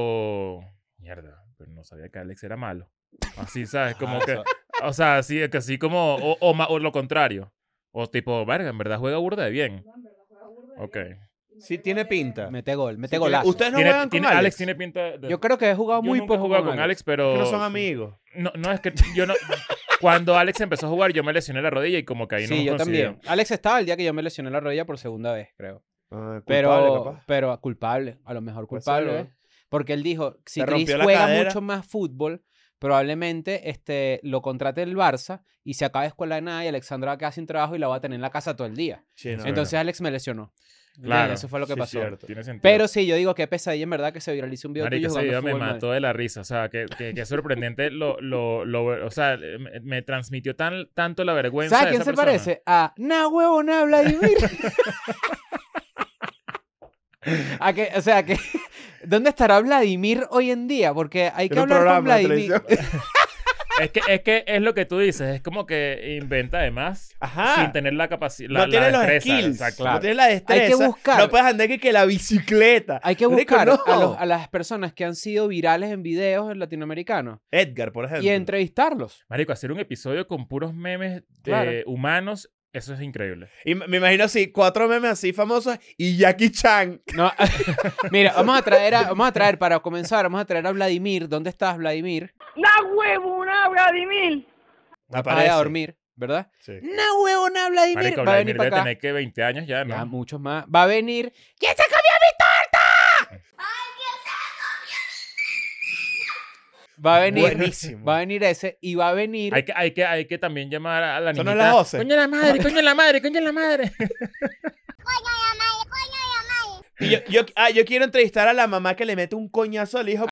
Speaker 1: tipo... Mierda, pero no sabía que Alex era malo. Así, ¿sabes? Como
Speaker 2: Ah,
Speaker 1: que...
Speaker 2: eso-
Speaker 1: O sea, así, que así como... O, o ma- o lo contrario. O tipo, verga, en verdad juega burda de bien.
Speaker 5: No, en verdad, juega burda de
Speaker 1: Ok.
Speaker 5: bien. Y me
Speaker 2: Sí
Speaker 5: pegó
Speaker 2: tiene
Speaker 5: de-
Speaker 2: pinta.
Speaker 3: Mete gol, mete
Speaker 2: Sí,
Speaker 3: golazo.
Speaker 2: tiene- Ustedes no
Speaker 1: Tiene-
Speaker 2: juegan
Speaker 1: tiene-
Speaker 2: con Alex.
Speaker 1: Alex tiene pinta de...
Speaker 3: Yo creo que he jugado
Speaker 1: Yo
Speaker 3: muy
Speaker 1: nunca he
Speaker 3: poco
Speaker 1: jugado con Alex, pero...
Speaker 2: que no son amigos.
Speaker 1: No, no, es que yo no... Cuando Alex empezó a jugar, yo me lesioné la rodilla y como que ahí no
Speaker 3: sí, yo
Speaker 1: nos coincidimos.
Speaker 3: también. Alex estaba el día que yo me lesioné la rodilla por segunda vez, creo.
Speaker 2: Ah, culpable,
Speaker 3: Pero,
Speaker 2: capaz.
Speaker 3: pero culpable, a lo mejor
Speaker 2: Puede ser,
Speaker 3: culpable.
Speaker 2: ¿eh?
Speaker 3: ¿eh? Porque él dijo, si
Speaker 2: Te
Speaker 3: Chris
Speaker 2: rompió la
Speaker 3: juega
Speaker 2: cadera.
Speaker 3: mucho más fútbol, probablemente este, lo contrate el Barça y se acabe escuela de nada y Alexandra va a quedar sin trabajo y la va a tener en la casa todo el día.
Speaker 2: Sí, no,
Speaker 3: Entonces Alex me lesionó.
Speaker 1: Claro,
Speaker 3: Eso fue lo que
Speaker 2: sí,
Speaker 3: pasó.
Speaker 2: cierto.
Speaker 1: Tiene sentido.
Speaker 3: Pero sí, yo digo que pesadilla en verdad que se viralice un video
Speaker 1: Marico,
Speaker 3: tuyo
Speaker 1: ese
Speaker 3: jugando
Speaker 1: video me
Speaker 3: fútbol mal.
Speaker 1: mató de la risa. O sea, que, que, que sorprendente lo, lo, lo- O sea, me, me transmitió tan, tanto la vergüenza. de
Speaker 3: ¿Sabes quién
Speaker 1: esa
Speaker 3: se
Speaker 1: persona.
Speaker 3: parece? A na huevona Vladimir. a que, o sea, que ¿dónde estará Vladimir hoy en día? Porque hay
Speaker 2: En
Speaker 3: que
Speaker 2: un
Speaker 3: hablar con
Speaker 2: programa de
Speaker 3: Vladimir.
Speaker 1: Es que, es que es lo que tú dices. Es como que inventa además
Speaker 3: Ah.
Speaker 2: Ajá.
Speaker 1: sin tener la capacidad.
Speaker 2: no tiene los
Speaker 1: destreza,
Speaker 2: skills.
Speaker 1: o sea,
Speaker 3: claro.
Speaker 2: No tiene la destreza.
Speaker 3: buscar.
Speaker 2: No puedes andar que, que la bicicleta.
Speaker 3: Hay que
Speaker 2: Marico,
Speaker 3: buscar a,
Speaker 2: no.
Speaker 3: los- a las personas que han sido virales en videos latinoamericanos
Speaker 2: Edgar, por ejemplo.
Speaker 3: y entrevistarlos.
Speaker 1: Marico, hacer un episodio con puros memes de
Speaker 3: Claro.
Speaker 1: humanos, eso es increíble.
Speaker 2: Y me me imagino así, cuatro memes así famosos y Jackie Chan.
Speaker 3: No, mira, vamos a traer a- vamos a traer para comenzar, vamos a traer a Vladimir. ¿Dónde estás, Vladimir?
Speaker 5: ¡Na huevo, na Vladimir!
Speaker 3: Para
Speaker 2: Aparece.
Speaker 3: a dormir, ¿verdad?
Speaker 2: Sí.
Speaker 3: No, huevona, Vladimir.
Speaker 1: Marico,
Speaker 3: va a venir
Speaker 1: Vladimir
Speaker 3: para
Speaker 1: debe
Speaker 3: acá.
Speaker 1: tener que 20 años ya, ¿no?
Speaker 3: Ya, muchos más. Va a venir. ¿Quién se comió mi torta? Va a venir.
Speaker 2: Mm, Buenísimo.
Speaker 3: Va a venir ese y va a venir.
Speaker 1: Hay que, hay, que, hay que también llamar a la niña.
Speaker 2: Son las 12.
Speaker 1: Coño la madre, coño la madre, coño la madre.
Speaker 2: Y yo, yo- ah, yo quiero entrevistar a la mamá que le mete un coñazo al hijo.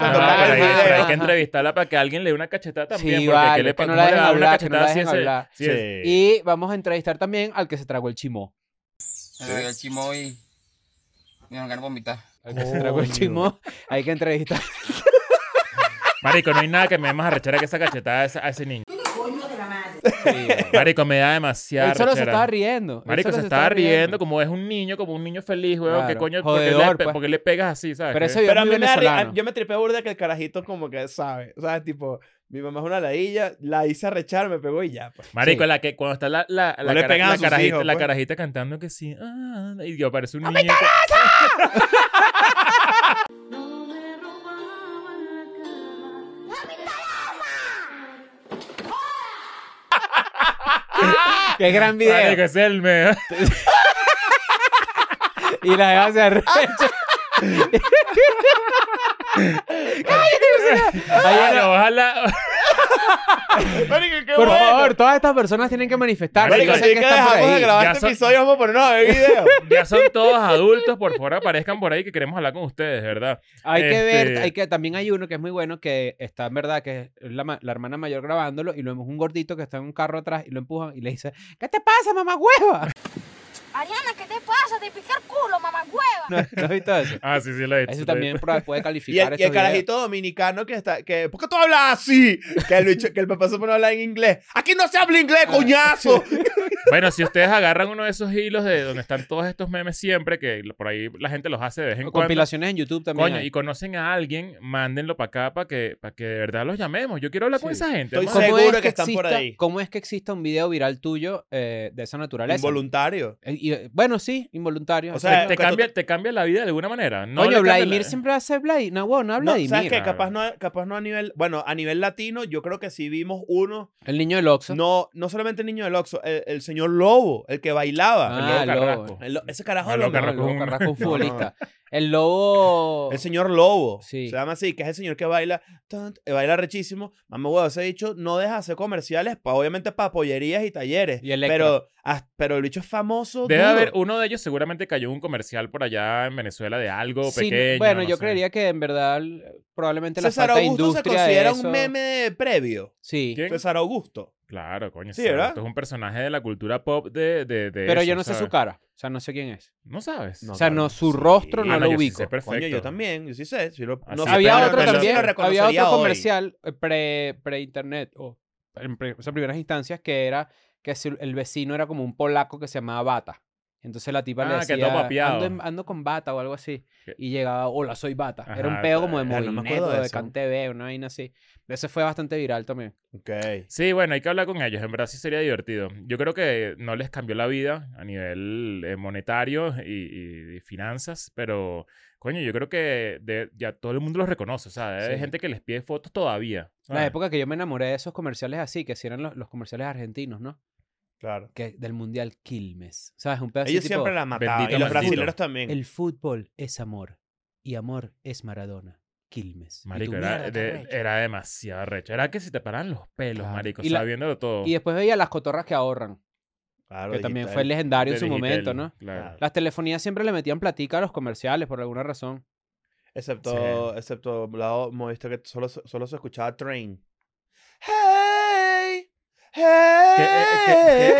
Speaker 1: Ah,
Speaker 3: Ajá,
Speaker 1: pero hay,
Speaker 3: ajá,
Speaker 1: pero hay
Speaker 3: ajá.
Speaker 1: que entrevistarla para que alguien le dé una cachetada también.
Speaker 3: Sí,
Speaker 1: porque
Speaker 3: vale,
Speaker 1: ¿qué le
Speaker 3: que
Speaker 1: pasa?
Speaker 3: no
Speaker 1: ¿Cómo
Speaker 3: la
Speaker 1: le
Speaker 3: dejen
Speaker 1: da una
Speaker 3: hablar, que no la
Speaker 1: cachetada si
Speaker 3: dejen
Speaker 1: ese-
Speaker 3: hablar.
Speaker 1: si ese-
Speaker 3: Y vamos a entrevistar también al que se tragó el chimó.
Speaker 6: Se dio el chimo y me van a vomitar.
Speaker 3: Al que se tragó el
Speaker 2: Coño.
Speaker 3: chimó. Hay que entrevistar.
Speaker 1: Marico, no hay nada que me dé más arrechera que esa cachetada a ese, a ese niño.
Speaker 3: Sí, bueno.
Speaker 1: Marico, me da demasiada
Speaker 3: Él solo se
Speaker 1: arrechera.
Speaker 3: estaba riendo. Él
Speaker 1: Marico,
Speaker 3: solo
Speaker 1: se, estaba riendo, como es un niño, como un niño feliz, weón.
Speaker 3: Claro.
Speaker 1: que coño? porque, le,
Speaker 3: Jodeador,
Speaker 1: pe-
Speaker 3: pues.
Speaker 1: porque le pegas así, ¿sabes?
Speaker 3: Pero
Speaker 1: Que-
Speaker 3: ese video
Speaker 2: Pero a
Speaker 3: es
Speaker 2: mí
Speaker 3: muy
Speaker 2: me da ri-
Speaker 3: venezolano.
Speaker 2: a- Yo me tripeo burda que el carajito como que sabe. O sea, tipo, mi mamá es una ladilla, la hice arrechar, me pegó y ya. pues.
Speaker 1: Marico,
Speaker 3: Sí.
Speaker 1: la que cuando está la, la, la,
Speaker 2: le
Speaker 1: cara-
Speaker 2: pegan a
Speaker 1: la
Speaker 2: sus
Speaker 1: carajita,
Speaker 2: hijos,
Speaker 1: la
Speaker 2: pues.
Speaker 1: carajita cantando que sí. Ah, y yo parece un niño. que-
Speaker 7: No me robaban la cama.
Speaker 3: ¡Qué gran video!
Speaker 1: Marico, ese es el mejor.
Speaker 3: Y la jeva se arrecha. Ay,
Speaker 1: Claro, ojalá. Marico, qué
Speaker 3: Por
Speaker 1: bueno.
Speaker 3: favor, todas estas personas tienen que manifestar.
Speaker 1: Marico,
Speaker 3: Yo
Speaker 1: sí
Speaker 3: sé que están por ahí.
Speaker 1: Ya son-
Speaker 2: este episodio, vamos a ponernos a ver video.
Speaker 1: Ya son todos adultos, por favor, aparezcan por ahí que queremos hablar con ustedes, ¿verdad?
Speaker 3: Hay que ver,
Speaker 1: Este-
Speaker 3: hay que, también hay uno que es muy bueno, que está en verdad, que es la, ma- la hermana mayor grabándolo y lo vemos un gordito que está en un carro atrás y lo empujan y le dice, ¿qué te pasa, mamá hueva?
Speaker 8: Ariana, ¿qué te pasa? De picar culo, mamá hueva.
Speaker 3: ¿No, no has visto eso?
Speaker 1: Ah, sí, sí, lo he dicho.
Speaker 3: Eso también pro- puede
Speaker 2: Este Y
Speaker 3: calificar
Speaker 2: el, y el
Speaker 3: estos videos.
Speaker 2: carajito dominicano que está, que, ¿por qué tú hablas así? Que el, bicho- que el papá se pone a hablar en inglés. Aquí no se habla
Speaker 3: Ah.
Speaker 2: inglés, coñazo.
Speaker 1: Bueno, si ustedes agarran uno de esos hilos de donde están todos estos memes siempre, que por ahí la gente los hace de vez en
Speaker 3: O
Speaker 1: cuando.
Speaker 3: Compilaciones en YouTube también.
Speaker 1: Coño,
Speaker 3: hay.
Speaker 1: y conocen a alguien, mándenlo para acá para que, para que de verdad los llamemos. Yo quiero hablar con
Speaker 3: Sí.
Speaker 1: esa gente.
Speaker 2: Estoy
Speaker 1: hermano.
Speaker 2: seguro que están por
Speaker 3: exista-
Speaker 2: ahí.
Speaker 3: ¿Cómo es que exista un video viral tuyo eh, de esa naturaleza?
Speaker 2: Involuntario.
Speaker 3: Eh, y, eh, bueno, sí, involuntario.
Speaker 2: O sea,
Speaker 1: te,
Speaker 2: que
Speaker 1: cambia,
Speaker 2: tú-
Speaker 1: te cambia la vida de alguna manera. No le
Speaker 3: Coño,
Speaker 1: cambia
Speaker 3: Vladimir
Speaker 1: la-
Speaker 3: siempre hace Vladimir. No, bueno, no
Speaker 2: No,
Speaker 3: Vladimir.
Speaker 2: ¿Sabes qué?
Speaker 1: Claro.
Speaker 2: Capaz no, capaz no a nivel, bueno, a nivel latino, yo creo que sí vimos uno,
Speaker 3: El niño del Oxxo.
Speaker 2: no, no solamente el niño del Oxxo, el, el señor Lobo, el que bailaba.
Speaker 1: El
Speaker 3: Ah,
Speaker 1: lobo
Speaker 3: lobo.
Speaker 1: carrasco.
Speaker 2: El lo- ese carajo
Speaker 1: Ah,
Speaker 2: lo-
Speaker 1: loco,
Speaker 3: No, el
Speaker 1: Carrasco
Speaker 3: lobo
Speaker 1: es un-
Speaker 3: Carrasco es un
Speaker 2: No, no.
Speaker 3: futbolista. El lobo...
Speaker 2: El señor Lobo.
Speaker 3: Sí.
Speaker 2: Se llama así, que es el señor que baila, tan, eh, baila rechísimo. Mamá huevo, ese dicho no deja de hacer comerciales, pa- obviamente para pollerías y talleres.
Speaker 3: Y Electra.
Speaker 2: pero, ah, pero el bicho es famoso.
Speaker 1: Debe
Speaker 2: duro.
Speaker 1: haber, uno de ellos seguramente cayó en un comercial por allá en Venezuela de algo
Speaker 3: Sí, no-
Speaker 1: pequeño.
Speaker 3: bueno,
Speaker 1: no
Speaker 3: yo
Speaker 1: sé.
Speaker 3: creería que en verdad l- probablemente la
Speaker 2: César
Speaker 3: falta de
Speaker 2: Augusto se
Speaker 3: industria de
Speaker 2: considera un
Speaker 3: eso-
Speaker 2: meme de previo.
Speaker 3: Sí,
Speaker 1: ¿Quién?
Speaker 2: César Augusto.
Speaker 1: Claro, coño.
Speaker 2: Sí,
Speaker 1: César,
Speaker 2: ¿verdad?
Speaker 1: Esto es un personaje de la cultura pop de. de, de
Speaker 3: pero yo
Speaker 1: eso,
Speaker 3: no sé su
Speaker 1: ¿sabes?
Speaker 3: cara. O sea, no sé quién es.
Speaker 1: No sabes.
Speaker 2: No,
Speaker 3: o sea,
Speaker 2: claro,
Speaker 3: no, su
Speaker 2: sí.
Speaker 3: rostro no
Speaker 1: Ah, yo
Speaker 3: lo
Speaker 1: sí sé
Speaker 3: ubico.
Speaker 1: perfecto.
Speaker 2: Coño, yo también, yo sí sé. sí lo-
Speaker 1: Así
Speaker 2: no
Speaker 1: Sí,
Speaker 2: sé,
Speaker 3: había
Speaker 1: pero-
Speaker 3: otro
Speaker 1: pero-
Speaker 3: también,
Speaker 2: lo
Speaker 3: había
Speaker 2: reconocería
Speaker 3: otro
Speaker 2: hoy.
Speaker 3: comercial eh, pre, pre-internet o en pri- Em, o sea, primeras instancias que era que si el vecino era como un polaco que se llamaba Bata. Entonces la tipa le
Speaker 1: Ah, que
Speaker 3: decía,
Speaker 1: todo papeado.
Speaker 3: ando, en- ando con Bata o algo así.
Speaker 1: Que-
Speaker 3: Y llegaba, hola, soy Bata. era un
Speaker 1: Ajá,
Speaker 3: peo como
Speaker 2: ya,
Speaker 3: de
Speaker 2: no me acuerdo
Speaker 3: Movineto,
Speaker 2: de
Speaker 3: de
Speaker 2: eso.
Speaker 3: Cantv, una vaina así. Ese fue bastante viral también.
Speaker 2: Ok.
Speaker 1: Sí, bueno, hay que hablar con ellos. En verdad sí sería divertido. Yo creo que no les cambió la vida a nivel eh, monetario y, y- y finanzas, pero coño, yo creo que de- ya todo el mundo los reconoce. O sea, hay
Speaker 3: Sí.
Speaker 1: gente que les pide fotos todavía.
Speaker 3: La
Speaker 1: ¿sabes?
Speaker 3: época que yo me enamoré de esos comerciales así, que si eran los, los comerciales argentinos, ¿no?
Speaker 2: Claro.
Speaker 3: Que del Mundial Quilmes. ¿Sabes? Un pedazo
Speaker 2: Ellos siempre la mataban.
Speaker 1: Bendito
Speaker 2: y los
Speaker 1: maldito.
Speaker 2: brasileños también.
Speaker 3: El fútbol es amor y amor es Maradona. Quilmes. Y tú,
Speaker 1: Marico, era,
Speaker 3: "Mierda, qué
Speaker 1: de-
Speaker 3: arrecho".
Speaker 1: era demasiado arrecho. Era que se te paran los pelos,
Speaker 3: Claro.
Speaker 1: marico,
Speaker 3: Y la-
Speaker 1: sabiéndolo todo.
Speaker 3: Y después veía las cotorras que ahorran,
Speaker 2: Claro,
Speaker 3: que también
Speaker 2: digital.
Speaker 3: fue legendario
Speaker 1: de
Speaker 3: en su
Speaker 1: Digitel,
Speaker 3: momento, ¿no?
Speaker 1: Claro.
Speaker 3: Las telefonías siempre le metían platica a los comerciales por alguna razón.
Speaker 2: Excepto, excepto la o- Movistar que solo, se- solo se escuchaba Train. ¡Hey! ¡Hey!
Speaker 1: Que,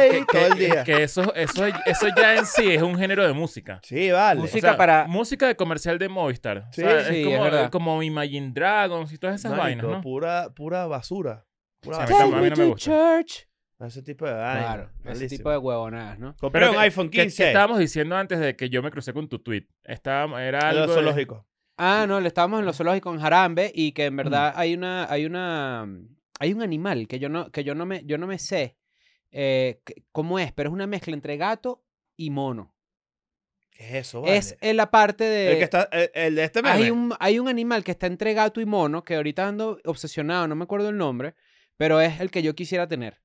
Speaker 1: eh, que- que- que-
Speaker 2: Todo el
Speaker 1: que-
Speaker 2: día.
Speaker 1: que eso, eso, eso ya en sí es un género de música.
Speaker 2: Sí, vale.
Speaker 1: O
Speaker 3: Música para-
Speaker 1: Música de comercial de Movistar.
Speaker 2: Sí,
Speaker 1: O sea,
Speaker 3: sí,
Speaker 1: es
Speaker 3: es
Speaker 1: como, eh,
Speaker 3: verdad.
Speaker 1: como Imagine Dragons y todas esas
Speaker 2: Marico,
Speaker 1: vainas, ¿no?
Speaker 2: Pura, pura basura. Pura
Speaker 1: Sí, a mí
Speaker 2: basura.
Speaker 1: tampoco- a mí no me
Speaker 3: to
Speaker 1: gusta.
Speaker 3: church.
Speaker 2: Ese tipo de vaina.
Speaker 3: Claro, ese
Speaker 2: malísimo.
Speaker 3: tipo de huevonadas, ¿no?
Speaker 2: Compré
Speaker 1: Pero
Speaker 2: un
Speaker 1: que-
Speaker 2: iPhone
Speaker 1: que- que
Speaker 2: 15.
Speaker 1: estábamos diciendo antes de que yo me crucé con tu tweet? Estábamos, era
Speaker 2: Algo
Speaker 1: algo. de-
Speaker 2: zoológico.
Speaker 3: Ah, no, le estábamos en los zoológicos con Jarambe y que en verdad hay una, hay una, hay un animal que yo no, que yo no me, yo no me sé eh, c- cómo es, pero es una mezcla entre gato y mono.
Speaker 2: ¿Qué es eso, vale?
Speaker 3: Es en la parte de.
Speaker 2: el que está, el, el de este meme.
Speaker 3: Hay un, hay un animal que está entre gato y mono, que ahorita ando obsesionado, no me acuerdo el nombre, pero es el que yo quisiera tener.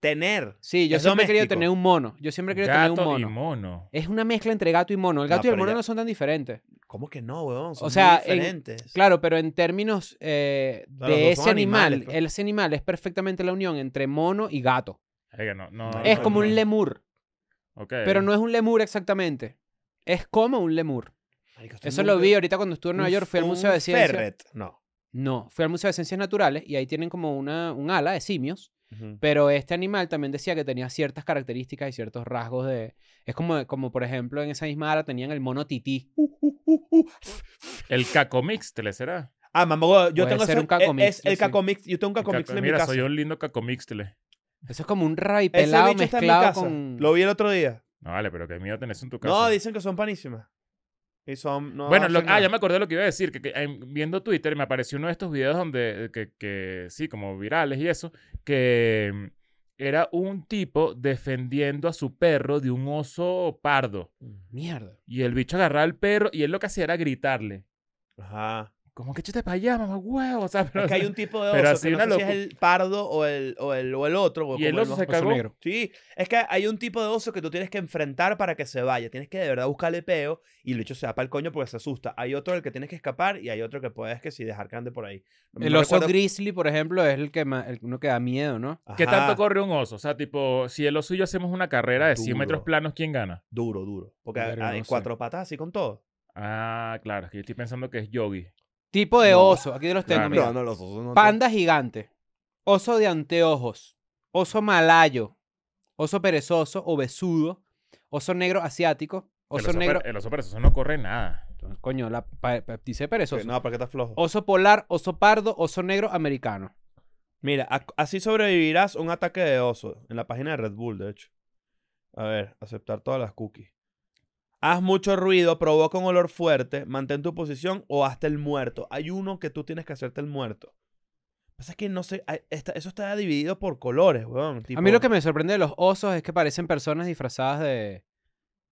Speaker 2: Tener.
Speaker 3: Sí, yo
Speaker 2: Es
Speaker 3: siempre he querido
Speaker 2: doméstico.
Speaker 3: tener un mono. Yo siempre he querido tener un
Speaker 1: Gato y
Speaker 3: mono.
Speaker 1: mono.
Speaker 3: Es una mezcla entre gato y mono. El
Speaker 2: No,
Speaker 3: gato y el
Speaker 2: pero
Speaker 3: mono
Speaker 2: ya-
Speaker 3: no son tan diferentes.
Speaker 2: ¿Cómo que no, weón? Son
Speaker 3: O sea,
Speaker 2: muy
Speaker 3: en-
Speaker 2: diferentes.
Speaker 3: Claro, pero en términos eh,
Speaker 2: Claro,
Speaker 3: de
Speaker 2: los dos
Speaker 3: ese
Speaker 2: son
Speaker 3: animal,
Speaker 2: animales, pues.
Speaker 3: ese animal es perfectamente la unión entre mono y gato.
Speaker 1: Oiga, no, no,
Speaker 2: No,
Speaker 3: Es
Speaker 1: no,
Speaker 3: como
Speaker 1: no.
Speaker 3: un lemur,
Speaker 1: Ok.
Speaker 3: pero no es un lemur exactamente. Es como un lemur.
Speaker 2: Marico, estoy
Speaker 3: Eso lo
Speaker 2: nunca-
Speaker 3: vi ahorita cuando estuve en Nueva
Speaker 2: un-
Speaker 3: York, fui al
Speaker 2: un
Speaker 3: Museo de Ciencias.
Speaker 2: Ferret. No.
Speaker 3: No, fui al Museo de Ciencias Naturales y ahí tienen como una, un ala de simios,
Speaker 2: Ujú.
Speaker 3: pero este animal también decía que tenía ciertas características y ciertos rasgos de... Es como, como por ejemplo, en esa misma ala tenían el mono tití.
Speaker 1: El cacomix, ¿te le será?
Speaker 2: Ah, mamá, huevo, yo
Speaker 3: Puede
Speaker 2: tengo
Speaker 3: ser
Speaker 2: ese-
Speaker 3: un cacomix,
Speaker 2: Es, el
Speaker 3: sí.
Speaker 2: cacomix. Yo tengo un
Speaker 1: El
Speaker 2: cacomix
Speaker 1: caco-
Speaker 2: en mi
Speaker 1: Mira,
Speaker 2: casa.
Speaker 1: soy un lindo cacomixtle.
Speaker 3: Eso es como un ray
Speaker 2: Ese
Speaker 3: pelado
Speaker 2: bicho está en mi
Speaker 3: mezclado
Speaker 2: casa.
Speaker 3: con...
Speaker 2: Lo vi el otro día.
Speaker 1: No, vale, pero que miedo tenés en tu casa.
Speaker 2: No, dicen que son panísimas. Y son. No
Speaker 1: bueno, lo-
Speaker 2: hacen
Speaker 1: ah, ya
Speaker 2: nada.
Speaker 1: me acordé lo que iba a decir, que, que, em, viendo Twitter me apareció uno de estos videos donde, eh, que, que sí, como virales y eso, que em, era un tipo defendiendo a su perro de un oso pardo.
Speaker 3: Mierda.
Speaker 1: Y el bicho agarraba al perro y él lo que hacía era gritarle.
Speaker 2: Ajá.
Speaker 1: ¿Cómo que échate para allá, mamá huevo? O sea, pero,
Speaker 2: Es que hay un tipo de oso
Speaker 1: Pero
Speaker 2: que
Speaker 1: así
Speaker 2: no
Speaker 1: una
Speaker 2: sé si es
Speaker 1: locu-
Speaker 2: el pardo o el, o el, o el otro. o
Speaker 1: Y el
Speaker 2: como
Speaker 1: oso se
Speaker 2: oso
Speaker 1: cagó.
Speaker 2: negro. Sí, es que hay un tipo de oso que tú tienes que enfrentar para que se vaya. Tienes que de verdad buscarle peo y el bicho se da para el coño porque se asusta. Hay otro al que tienes que escapar y hay otro que puedes que sí dejar que ande por ahí. No-
Speaker 3: El
Speaker 2: no
Speaker 3: oso
Speaker 2: recuerdo-
Speaker 3: grizzly, por ejemplo, es el que ma- el- uno que da miedo, ¿no?
Speaker 1: ¿Qué
Speaker 2: Ajá,
Speaker 1: tanto corre un oso? O sea, tipo, si el oso y yo hacemos una carrera de 100 metros
Speaker 2: Duro.
Speaker 1: planos, ¿quién gana?
Speaker 2: Duro, duro. Porque
Speaker 3: Verga,
Speaker 2: hay
Speaker 3: no sé.
Speaker 2: cuatro patas así con todo.
Speaker 1: Ah, claro, es que yo estoy pensando que es yogi.
Speaker 3: Tipo de
Speaker 2: No.
Speaker 3: oso. Aquí los tengo.
Speaker 1: Claro.
Speaker 3: mira.
Speaker 2: No, no, los osos no.
Speaker 3: Panda gigante. Oso de anteojos. Oso malayo. Oso perezoso o besudo. Oso negro asiático.
Speaker 1: El
Speaker 3: Oso
Speaker 1: per-
Speaker 2: eh,
Speaker 3: negro.
Speaker 1: el oso perezoso no corre nada.
Speaker 3: Coño, la, pa- pa- dice perezoso.
Speaker 2: No, porque está flojo.
Speaker 3: Oso polar, oso pardo, oso negro americano.
Speaker 2: Mira, ac- así sobrevivirás un ataque de oso. En la página de Red Bull, de hecho. A ver, aceptar todas las cookies. Haz mucho ruido, provoca un olor fuerte, mantén tu posición o hazte el muerto. Hay uno que tú tienes que hacerte el muerto. Pasa que no sé, hay- está- eso está dividido por colores, weón.
Speaker 3: A mí lo que me sorprende de los osos es que parecen personas disfrazadas de,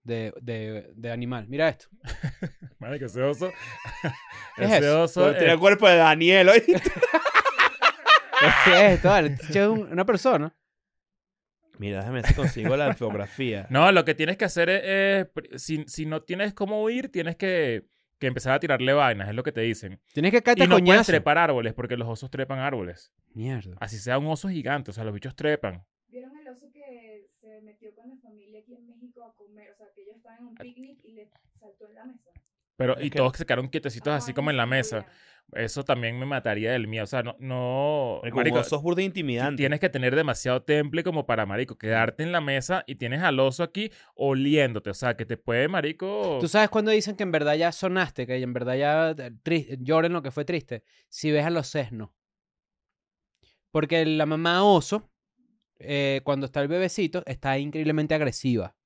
Speaker 3: de, de, de animal. Mira esto.
Speaker 1: Madre que ese oso.
Speaker 3: ¿Qué es
Speaker 1: ese
Speaker 3: eso?
Speaker 1: oso.
Speaker 2: tiene
Speaker 1: eh,
Speaker 2: el cuerpo de Daniel, ¿oíste?
Speaker 3: ¿Qué es esto? Vale, este es un- una persona.
Speaker 2: Mira, déjame ver si consigo la infografía.
Speaker 1: no, lo que tienes que hacer es. es pr- si, si no tienes cómo huir, tienes que, que empezar a tirarle vainas, es lo que te dicen.
Speaker 3: Tienes que caerte
Speaker 1: Y
Speaker 3: a
Speaker 1: no puedes
Speaker 3: coñazo.
Speaker 1: trepar árboles, porque los osos trepan árboles.
Speaker 3: Mierda.
Speaker 1: Así sea un oso gigante, o sea, los bichos trepan.
Speaker 5: ¿Vieron el oso que se metió con la familia aquí en México a comer? O sea, que ellos estaban en un picnic y le saltó en la mesa.
Speaker 1: Pero,
Speaker 2: Es
Speaker 1: y
Speaker 2: que-
Speaker 1: todos se quedaron quietecitos así
Speaker 5: Ajá,
Speaker 1: como en la
Speaker 5: se
Speaker 1: mesa.
Speaker 5: movían.
Speaker 1: Eso también me mataría del miedo. O sea, no. no
Speaker 2: Marico,
Speaker 1: marico,
Speaker 2: un oso es burda
Speaker 1: ti-
Speaker 2: intimidante.
Speaker 1: tienes que tener demasiado temple como para, marico, quedarte en la mesa y tienes al oso aquí oliéndote. O sea, que te puede, marico.
Speaker 3: Tú sabes cuando dicen que en verdad ya sonaste, que en verdad ya eh, tri- lloren lo que fue triste, si ves a los sesnos. Porque la mamá oso, eh, cuando está el bebecito, está increíblemente agresiva.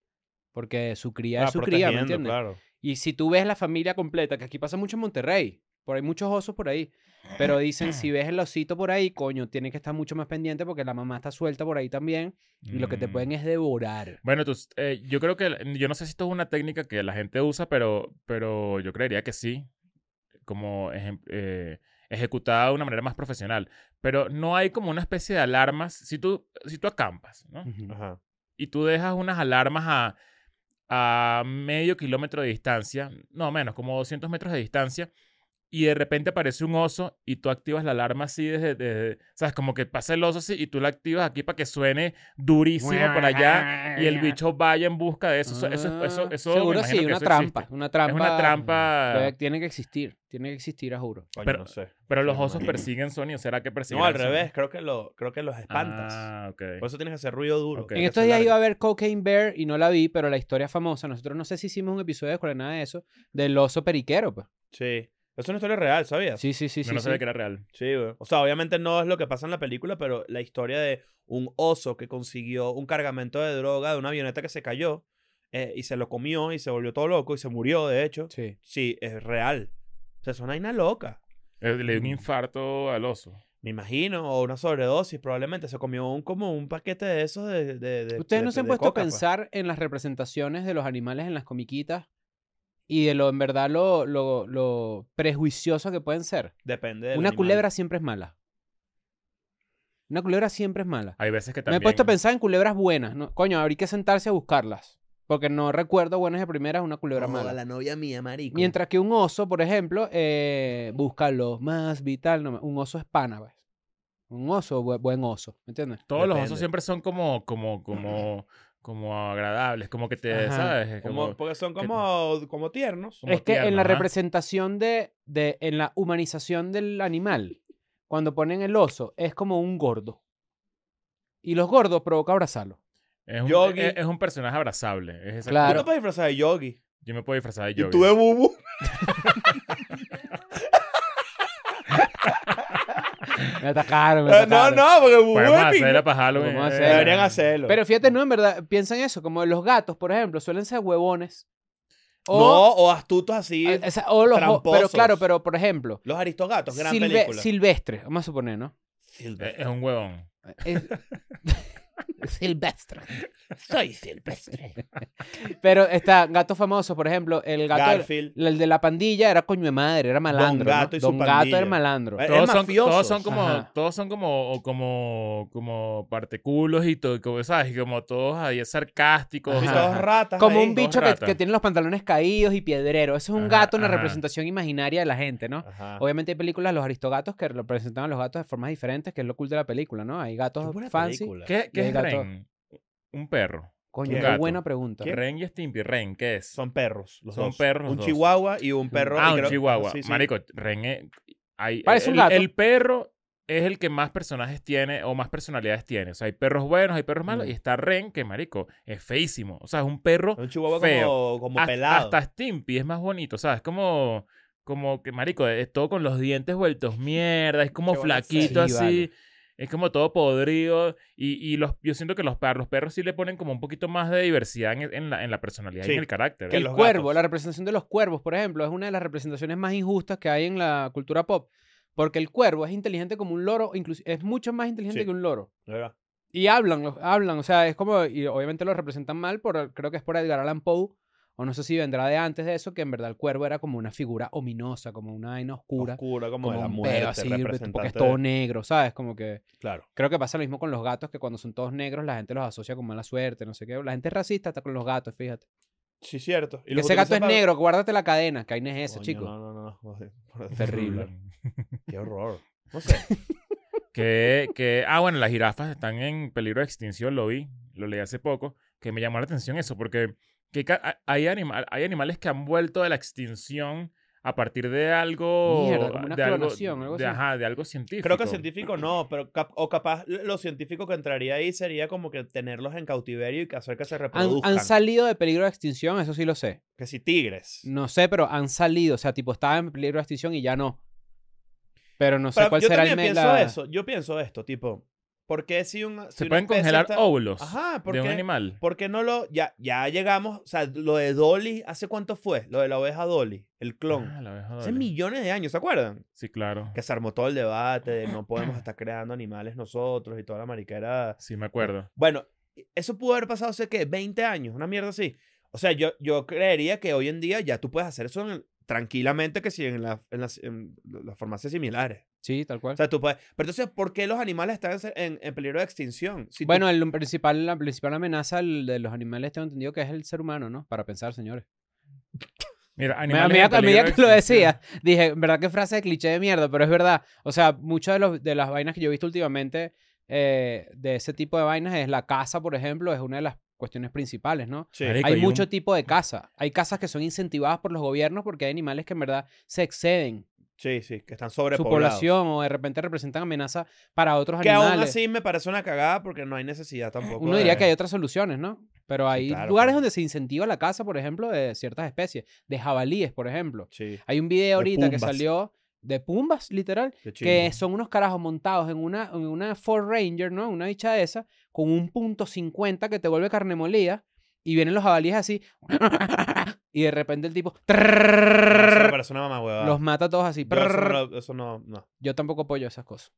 Speaker 3: Porque su cría
Speaker 2: Ah,
Speaker 3: es su cría, ¿me
Speaker 2: protegiendo,
Speaker 3: entiendes?
Speaker 2: claro.
Speaker 3: Y si tú ves la familia completa, que aquí pasa mucho en Monterrey, por ahí muchos osos por ahí, pero dicen, si ves el osito por ahí, coño, tienes que estar mucho más pendiente porque la mamá está suelta por ahí también y lo que te
Speaker 1: Mm.
Speaker 3: pueden es devorar.
Speaker 1: Bueno, tus- eh, yo creo que, el- yo no sé si esto es una técnica que la gente usa, pero, pero yo creería que sí, como ejem- eh, ejecutada de una manera más profesional. Pero no hay como una especie de alarmas, si tú, si tú acampas, ¿no?
Speaker 3: Ujú.
Speaker 2: Ajá.
Speaker 1: Y tú dejas unas alarmas a, a medio kilómetro de distancia, no menos, como 200 metros de distancia, y de repente aparece un oso y tú activas la alarma así desde, desde- sabes, como que pasa el oso así y tú la activas aquí para que suene durísimo para allá y el bicho vaya en busca de eso. Eso, eso,
Speaker 3: Ah,
Speaker 1: eso, eso me
Speaker 3: seguro
Speaker 1: imagino
Speaker 3: sí,
Speaker 1: que
Speaker 3: una
Speaker 1: eso
Speaker 3: trampa,
Speaker 1: existe.
Speaker 3: una trampa.
Speaker 1: Es una
Speaker 3: Debe-
Speaker 1: trampa.
Speaker 3: tiene que existir, tiene que existir, a juro.
Speaker 2: Coño,
Speaker 1: Pero-
Speaker 2: no sé.
Speaker 1: Pero los
Speaker 2: Sí, me
Speaker 1: osos
Speaker 2: imagino.
Speaker 1: persiguen Sony. ¿o ¿Será que persiguen?
Speaker 2: No, al revés, creo que, lo, creo que los espantas.
Speaker 1: Ah, ok.
Speaker 2: Por eso tienes que hacer ruido duro.
Speaker 1: Ok.
Speaker 2: tiene
Speaker 3: En
Speaker 2: que
Speaker 3: estos
Speaker 2: ser
Speaker 3: días
Speaker 2: largo.
Speaker 3: iba a ver Cocaine Bear y no la vi, pero la historia famosa, nosotros no sé si hicimos un episodio de escuela, nada de eso, del oso periquero, pues.
Speaker 2: Sí. Es una historia real, ¿sabías?
Speaker 3: Sí, sí, sí,
Speaker 1: Yo
Speaker 3: sí.
Speaker 1: no
Speaker 3: sí.
Speaker 1: sabía que era real.
Speaker 2: Sí, güey. O sea, obviamente no es lo que pasa en la película, pero la historia de un oso que consiguió un cargamento de droga de una avioneta que se cayó eh, y se lo comió y se volvió todo loco y se murió, de hecho. Sí,
Speaker 3: Sí.
Speaker 2: es real. O sea, es una vaina loca.
Speaker 1: Eh, Le dio
Speaker 2: Mm.
Speaker 1: un infarto al oso.
Speaker 2: Me imagino, o una sobredosis, probablemente. Se comió un, como un paquete de esos de. de- de-
Speaker 3: Ustedes
Speaker 2: de-
Speaker 3: no se han
Speaker 2: de
Speaker 3: puesto
Speaker 2: coca,
Speaker 3: a
Speaker 2: pues.
Speaker 3: pensar en las representaciones de los animales en las comiquitas y de lo, en verdad, lo, lo, lo prejuicioso que pueden ser.
Speaker 2: Depende del
Speaker 3: Una
Speaker 2: animal.
Speaker 3: culebra siempre es mala. Una culebra siempre es mala.
Speaker 1: Hay veces que
Speaker 3: Me
Speaker 1: también.
Speaker 3: he puesto a pensar en culebras buenas. ¿no? Coño, habría que sentarse a buscarlas. Porque no recuerdo buenas de primeras una culebra
Speaker 2: No,
Speaker 3: mala.
Speaker 2: la novia mía, marico.
Speaker 3: Mientras que un oso, por ejemplo, eh, busca lo más vital. no me- un oso es pana, pues. Un oso, bu- buen oso. ¿Me entiendes?
Speaker 1: Todos los
Speaker 2: Depende.
Speaker 1: osos siempre son como, como, como, como agradables, como que te,
Speaker 3: Ajá.
Speaker 1: ¿sabes?
Speaker 2: Como-
Speaker 1: Como,
Speaker 2: porque son
Speaker 1: que-
Speaker 2: como, como tiernos.
Speaker 1: como
Speaker 3: es que en
Speaker 1: tierno,
Speaker 3: la
Speaker 1: ajá.
Speaker 3: representación de, de- en la humanización del animal, cuando ponen el oso, es como un gordo. Y los gordos provoca abrazarlo.
Speaker 1: Es un, e,
Speaker 2: Yogi.
Speaker 1: es, es un personaje abrazable. Es esa-
Speaker 3: Claro.
Speaker 2: Tú te puedes disfrazar de yogi.
Speaker 1: Yo me puedo disfrazar de
Speaker 2: Y
Speaker 1: yogi.
Speaker 2: tú de bubu.
Speaker 3: Me atacaron, me
Speaker 1: Ah,
Speaker 2: Eh, No,
Speaker 3: atacaron.
Speaker 2: no, porque bubu
Speaker 1: Podemos
Speaker 2: es pinga.
Speaker 1: hacerla para Halloween.
Speaker 3: Podemos
Speaker 1: eh,
Speaker 3: hacerla.
Speaker 2: Deberían hacerlo.
Speaker 3: Pero fíjate, no, en verdad, piensa en eso. Como los gatos, por ejemplo, suelen ser huevones.
Speaker 2: no,
Speaker 3: O,
Speaker 2: o astutos así.
Speaker 3: o sea, o los. jo- Pero
Speaker 2: tramposos.
Speaker 3: claro, pero por ejemplo,
Speaker 2: Los Aristogatos, gran
Speaker 3: silve-
Speaker 2: película.
Speaker 3: silvestre, vamos a suponer, ¿no?
Speaker 2: Silver.
Speaker 1: eh, Es un huevón.
Speaker 3: Es- Silvestre.
Speaker 4: Soy silvestre.
Speaker 3: Pero está gatos famosos, por ejemplo, el gato.
Speaker 2: Garfield.
Speaker 3: El de la pandilla era coño de madre, era malandro. ¿no?
Speaker 2: Gato y su
Speaker 3: Don Gato
Speaker 2: pandilla.
Speaker 3: era malandro.
Speaker 2: Eh,
Speaker 1: Todos
Speaker 2: Es
Speaker 1: son,
Speaker 2: mafioso.
Speaker 1: todos son como,
Speaker 3: Ajá.
Speaker 1: todos son como, como, como parteculos y todo, como, ¿sabes? Y Como todos ahí sarcásticos.
Speaker 2: Y
Speaker 3: Ajá,
Speaker 2: todos
Speaker 3: ajá.
Speaker 2: ratas.
Speaker 3: Como
Speaker 2: ahí.
Speaker 3: un bicho que,
Speaker 1: rata.
Speaker 3: que tiene los pantalones caídos y piedrero. Eso es un
Speaker 1: Ajá,
Speaker 3: gato, una
Speaker 1: ajá.
Speaker 3: representación imaginaria de la gente, ¿no?
Speaker 2: Ajá.
Speaker 3: Obviamente hay películas, los aristogatos, que representaban a los gatos de formas diferentes, que es lo cool de la película, ¿no? Hay gatos fancy.
Speaker 1: ¿Qué,
Speaker 3: Y
Speaker 1: qué
Speaker 3: el
Speaker 1: es
Speaker 3: gato.
Speaker 1: Ren? Un perro.
Speaker 3: Coño,
Speaker 2: ¿Quién?
Speaker 3: qué
Speaker 1: Gato.
Speaker 3: buena pregunta.
Speaker 1: Ren y Stimpy. Ren, ¿qué es?
Speaker 2: Son perros. Los
Speaker 1: Son
Speaker 2: dos.
Speaker 1: perros los
Speaker 2: Un
Speaker 1: dos.
Speaker 2: chihuahua y un perro. y
Speaker 1: ah, un
Speaker 2: creo-
Speaker 1: chihuahua.
Speaker 2: sí, sí.
Speaker 1: Marico, Ren es... hay-
Speaker 3: Parece un
Speaker 1: el,
Speaker 3: gato.
Speaker 1: el perro es el que más personajes tiene o más personalidades tiene. O sea, hay perros buenos, hay perros malos.
Speaker 3: Mm.
Speaker 1: Y está Ren, que marico, es feísimo. O sea, es un perro
Speaker 2: Un chihuahua
Speaker 1: feo.
Speaker 2: como, como
Speaker 1: Hasta-
Speaker 2: pelado.
Speaker 1: Hasta Stimpy es más bonito, ¿sabes? Como, como que, marico, es todo con los dientes vueltos mierda, es como
Speaker 2: Qué buena
Speaker 1: flaquito
Speaker 3: serie.
Speaker 1: así,
Speaker 3: Sí,
Speaker 1: es como todo podrido. Y, y los, yo siento que los perros, los perros sí le ponen como un poquito más de diversidad en, en la, en la personalidad y
Speaker 2: Sí.
Speaker 1: en el carácter.
Speaker 2: Que
Speaker 1: ¿eh?
Speaker 3: El
Speaker 2: los
Speaker 3: cuervo,
Speaker 2: gatos.
Speaker 3: la representación de los cuervos, por ejemplo, es una de las representaciones más injustas que hay en la cultura pop. Porque el cuervo es inteligente como un loro, incluso es mucho más inteligente
Speaker 2: Sí.
Speaker 3: que un loro.
Speaker 2: De verdad.
Speaker 3: Y hablan, los- hablan, o sea, es como, y obviamente lo representan mal, por, creo que es por Edgar Allan Poe, o no sé si vendrá de antes de eso, que en verdad el cuervo era como una figura ominosa, como una vaina oscura,
Speaker 2: Oscura, como,
Speaker 3: como
Speaker 2: de la
Speaker 3: un
Speaker 2: muerte.
Speaker 3: pedo así, porque
Speaker 2: representante
Speaker 3: es todo
Speaker 2: de-
Speaker 3: negro, ¿sabes? Como que
Speaker 2: Claro.
Speaker 3: creo que pasa lo mismo con los gatos, que cuando son todos negros la gente los asocia con mala suerte, no sé qué, la gente es racista hasta con los gatos, fíjate.
Speaker 2: Sí, cierto. Y
Speaker 3: Que
Speaker 2: los
Speaker 3: ese gato
Speaker 2: utilizan
Speaker 3: es
Speaker 2: para-
Speaker 3: negro, guárdate la cadena, que ahí no es eso,
Speaker 2: Coño,
Speaker 3: chico.
Speaker 2: No, no, no. joder, por-
Speaker 3: Terrible.
Speaker 2: Qué horror. No sé.
Speaker 1: que, que, ah, bueno, las jirafas están en peligro de extinción, lo vi, lo leí hace poco, que me llamó la atención eso, porque que ca- ha- hay, anima- hay animales que han vuelto de la extinción a partir de algo...
Speaker 3: Mierda, como una
Speaker 1: de algo,
Speaker 3: clonación, algo
Speaker 1: de-
Speaker 3: así.
Speaker 1: Ajá, de algo científico.
Speaker 2: Creo que científico no, pero cap- o capaz lo científico que entraría ahí sería como que tenerlos en cautiverio y que hacer que se
Speaker 3: Han,
Speaker 2: reproduzcan.
Speaker 3: han salido de peligro de extinción, eso sí lo sé.
Speaker 2: que si tigres.
Speaker 3: No sé, pero han salido. O sea, tipo, estaba en peligro de extinción y ya no. Pero no sé
Speaker 2: Pero
Speaker 3: cuál
Speaker 2: yo
Speaker 3: será el
Speaker 2: también
Speaker 3: me-
Speaker 2: pienso
Speaker 3: la-
Speaker 2: eso. Yo pienso esto, tipo, ¿por qué si un si
Speaker 1: Se
Speaker 2: una
Speaker 1: pueden
Speaker 2: especie
Speaker 1: congelar
Speaker 2: está-
Speaker 1: óvulos
Speaker 2: Ajá, ¿por
Speaker 1: de un
Speaker 2: qué?
Speaker 1: animal.
Speaker 2: ¿Por qué no lo ya ya llegamos, o sea, lo de Dolly, ¿hace cuánto fue? Lo de la oveja Dolly, el clon.
Speaker 1: Ah, la abeja
Speaker 2: Hace
Speaker 1: Dolly.
Speaker 2: millones de años, ¿se acuerdan?
Speaker 1: Sí, claro.
Speaker 2: Que se armó todo el debate de no podemos estar creando animales nosotros y toda la mariquera.
Speaker 1: Sí, me acuerdo.
Speaker 2: Bueno, e, eso pudo haber pasado hace que 20 años, una mierda así. O sea, yo, yo creería que hoy en día ya tú puedes hacer eso en el- tranquilamente que si en, la- en las, en las farmacias similares.
Speaker 3: Sí, tal cual.
Speaker 2: O sea, tú puedes. Pero entonces, ¿por qué los animales están en, en- en peligro de extinción? Si tú-
Speaker 3: bueno, el principal, la principal amenaza al- de los animales, tengo entendido que es el ser humano, ¿no? Para pensar, señores.
Speaker 1: Mira,
Speaker 3: Me-
Speaker 1: animales
Speaker 3: a medida,
Speaker 1: en
Speaker 3: que- a medida
Speaker 1: peligro de
Speaker 3: que lo
Speaker 1: extinción.
Speaker 3: decía, dije, en verdad que frase de cliché de mierda, pero es verdad. O sea, muchas de, los- de las vainas que yo he visto últimamente eh, de ese tipo de vainas es la casa, por ejemplo, es una de las cuestiones principales, ¿no?
Speaker 2: Sí.
Speaker 1: Marico,
Speaker 3: Hay
Speaker 1: y un-
Speaker 3: mucho tipo de caza. Hay casas que son incentivadas por los gobiernos porque hay animales que en verdad se exceden
Speaker 2: sí, sí, que están
Speaker 3: su
Speaker 2: sobrepoblados.
Speaker 3: población o de repente representan amenaza para otros
Speaker 2: Que aún
Speaker 3: animales.
Speaker 2: así me parece una cagada porque no hay necesidad tampoco.
Speaker 3: Uno diría
Speaker 2: de-
Speaker 1: pues.
Speaker 3: que hay otras soluciones, ¿no? Pero hay
Speaker 2: claro,
Speaker 3: lugares
Speaker 2: claro.
Speaker 3: donde se incentiva la caza, por ejemplo, de ciertas especies, de jabalíes, por ejemplo.
Speaker 2: Sí,
Speaker 3: Hay un video
Speaker 2: De
Speaker 3: ahorita que
Speaker 2: pumbas.
Speaker 3: salió de pumbas, literal,
Speaker 2: qué chido.
Speaker 3: que son unos carajos montados en una, en una Ford Ranger, ¿no? Una bicha de esa, con un punto 50 que te vuelve carne molida, y vienen los jabalíes así, y de repente el tipo
Speaker 2: No, Eso me parece una mamá huevada.
Speaker 3: los mata a todos así.
Speaker 2: Yo eso, no, lo- eso no, no.
Speaker 3: Yo tampoco apoyo esas cosas.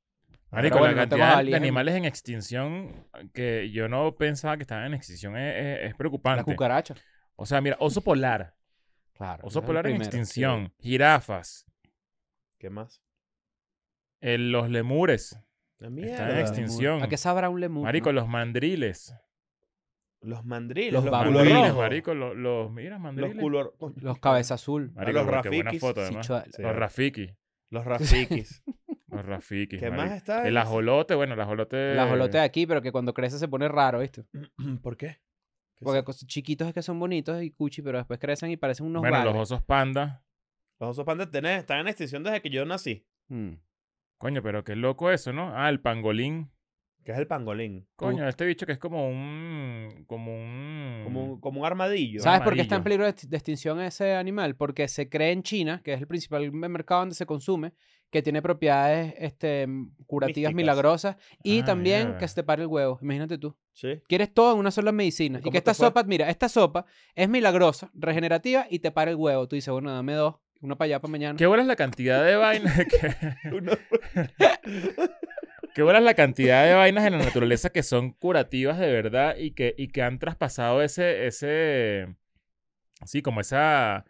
Speaker 1: Marico,
Speaker 3: Pero bueno,
Speaker 1: la
Speaker 3: no te
Speaker 1: cantidad
Speaker 3: vas a
Speaker 1: de
Speaker 3: alienar.
Speaker 1: animales en extinción que yo no pensaba que estaban en extinción es, es- es
Speaker 3: Las
Speaker 1: preocupante.
Speaker 3: cucarachas.
Speaker 1: O sea, mira, oso polar.
Speaker 3: Claro.
Speaker 1: Oso
Speaker 3: es el
Speaker 1: polar en
Speaker 3: primero,
Speaker 1: extinción. Jirafas.
Speaker 2: ¿Qué más?
Speaker 1: el- los lemures están
Speaker 2: La
Speaker 1: en
Speaker 2: mierda.
Speaker 3: sí.
Speaker 1: extinción.
Speaker 3: ¿A qué sabrá un lemur?
Speaker 1: Marico,
Speaker 3: no?
Speaker 1: los mandriles.
Speaker 2: Los mandriles, los,
Speaker 3: Los
Speaker 2: Ah, culo
Speaker 3: bambinos,
Speaker 1: mandriles,
Speaker 2: rojo.
Speaker 1: marico. lo- Los, mira,
Speaker 2: Los
Speaker 1: mandriles.
Speaker 2: culo coño,
Speaker 3: Los cabeza azul.
Speaker 1: Marico,
Speaker 2: los
Speaker 1: qué buena
Speaker 2: rafikis,
Speaker 1: foto,
Speaker 3: Sí,
Speaker 1: además.
Speaker 3: chua-
Speaker 2: sí.
Speaker 1: Los rafiki.
Speaker 2: Los rafikis.
Speaker 1: Los rafiki.
Speaker 2: ¿Qué más está?
Speaker 1: El ajolote, bueno, el ajolote.
Speaker 3: La jolote de aquí, pero que cuando crece se pone raro, ¿viste?
Speaker 2: ¿Por qué? ¿Qué
Speaker 3: Porque
Speaker 2: son?
Speaker 3: cos- chiquitos es que son bonitos y cuchi, pero después crecen y parecen unos
Speaker 1: Bueno, los
Speaker 3: bagres.
Speaker 1: osos panda.
Speaker 2: Los osos pandas tenés- están en extinción desde que yo nací.
Speaker 3: Mm.
Speaker 1: Coño, pero qué loco eso, ¿no? Ah, el pangolín.
Speaker 2: Que es el pangolín.
Speaker 1: Coño, este bicho que es como un. Como un.
Speaker 2: Como un, como un armadillo.
Speaker 3: ¿Sabes por qué está en
Speaker 1: amarillo.
Speaker 3: peligro de, ext- de extinción ese animal? Porque se cree en China, que es el principal me- mercado donde se consume, que tiene propiedades este, m- curativas
Speaker 2: Místicas.
Speaker 3: milagrosas y
Speaker 1: Ah,
Speaker 3: también
Speaker 1: mierda.
Speaker 3: que se te pare el huevo. Imagínate tú.
Speaker 2: Sí.
Speaker 3: Quieres todo en una sola medicina. Y
Speaker 2: cómo
Speaker 3: que
Speaker 2: te
Speaker 3: esta
Speaker 2: fue?
Speaker 3: sopa, mira, esta sopa es milagrosa, regenerativa y te para el huevo. Tú dices, bueno, dame dos, una para allá para mañana.
Speaker 1: ¿Qué bola es la cantidad de vainas que,
Speaker 2: Uno-
Speaker 1: Qué buena es la cantidad de vainas en la naturaleza que son curativas de verdad y que, y que han traspasado ese, ese, sí, como esa,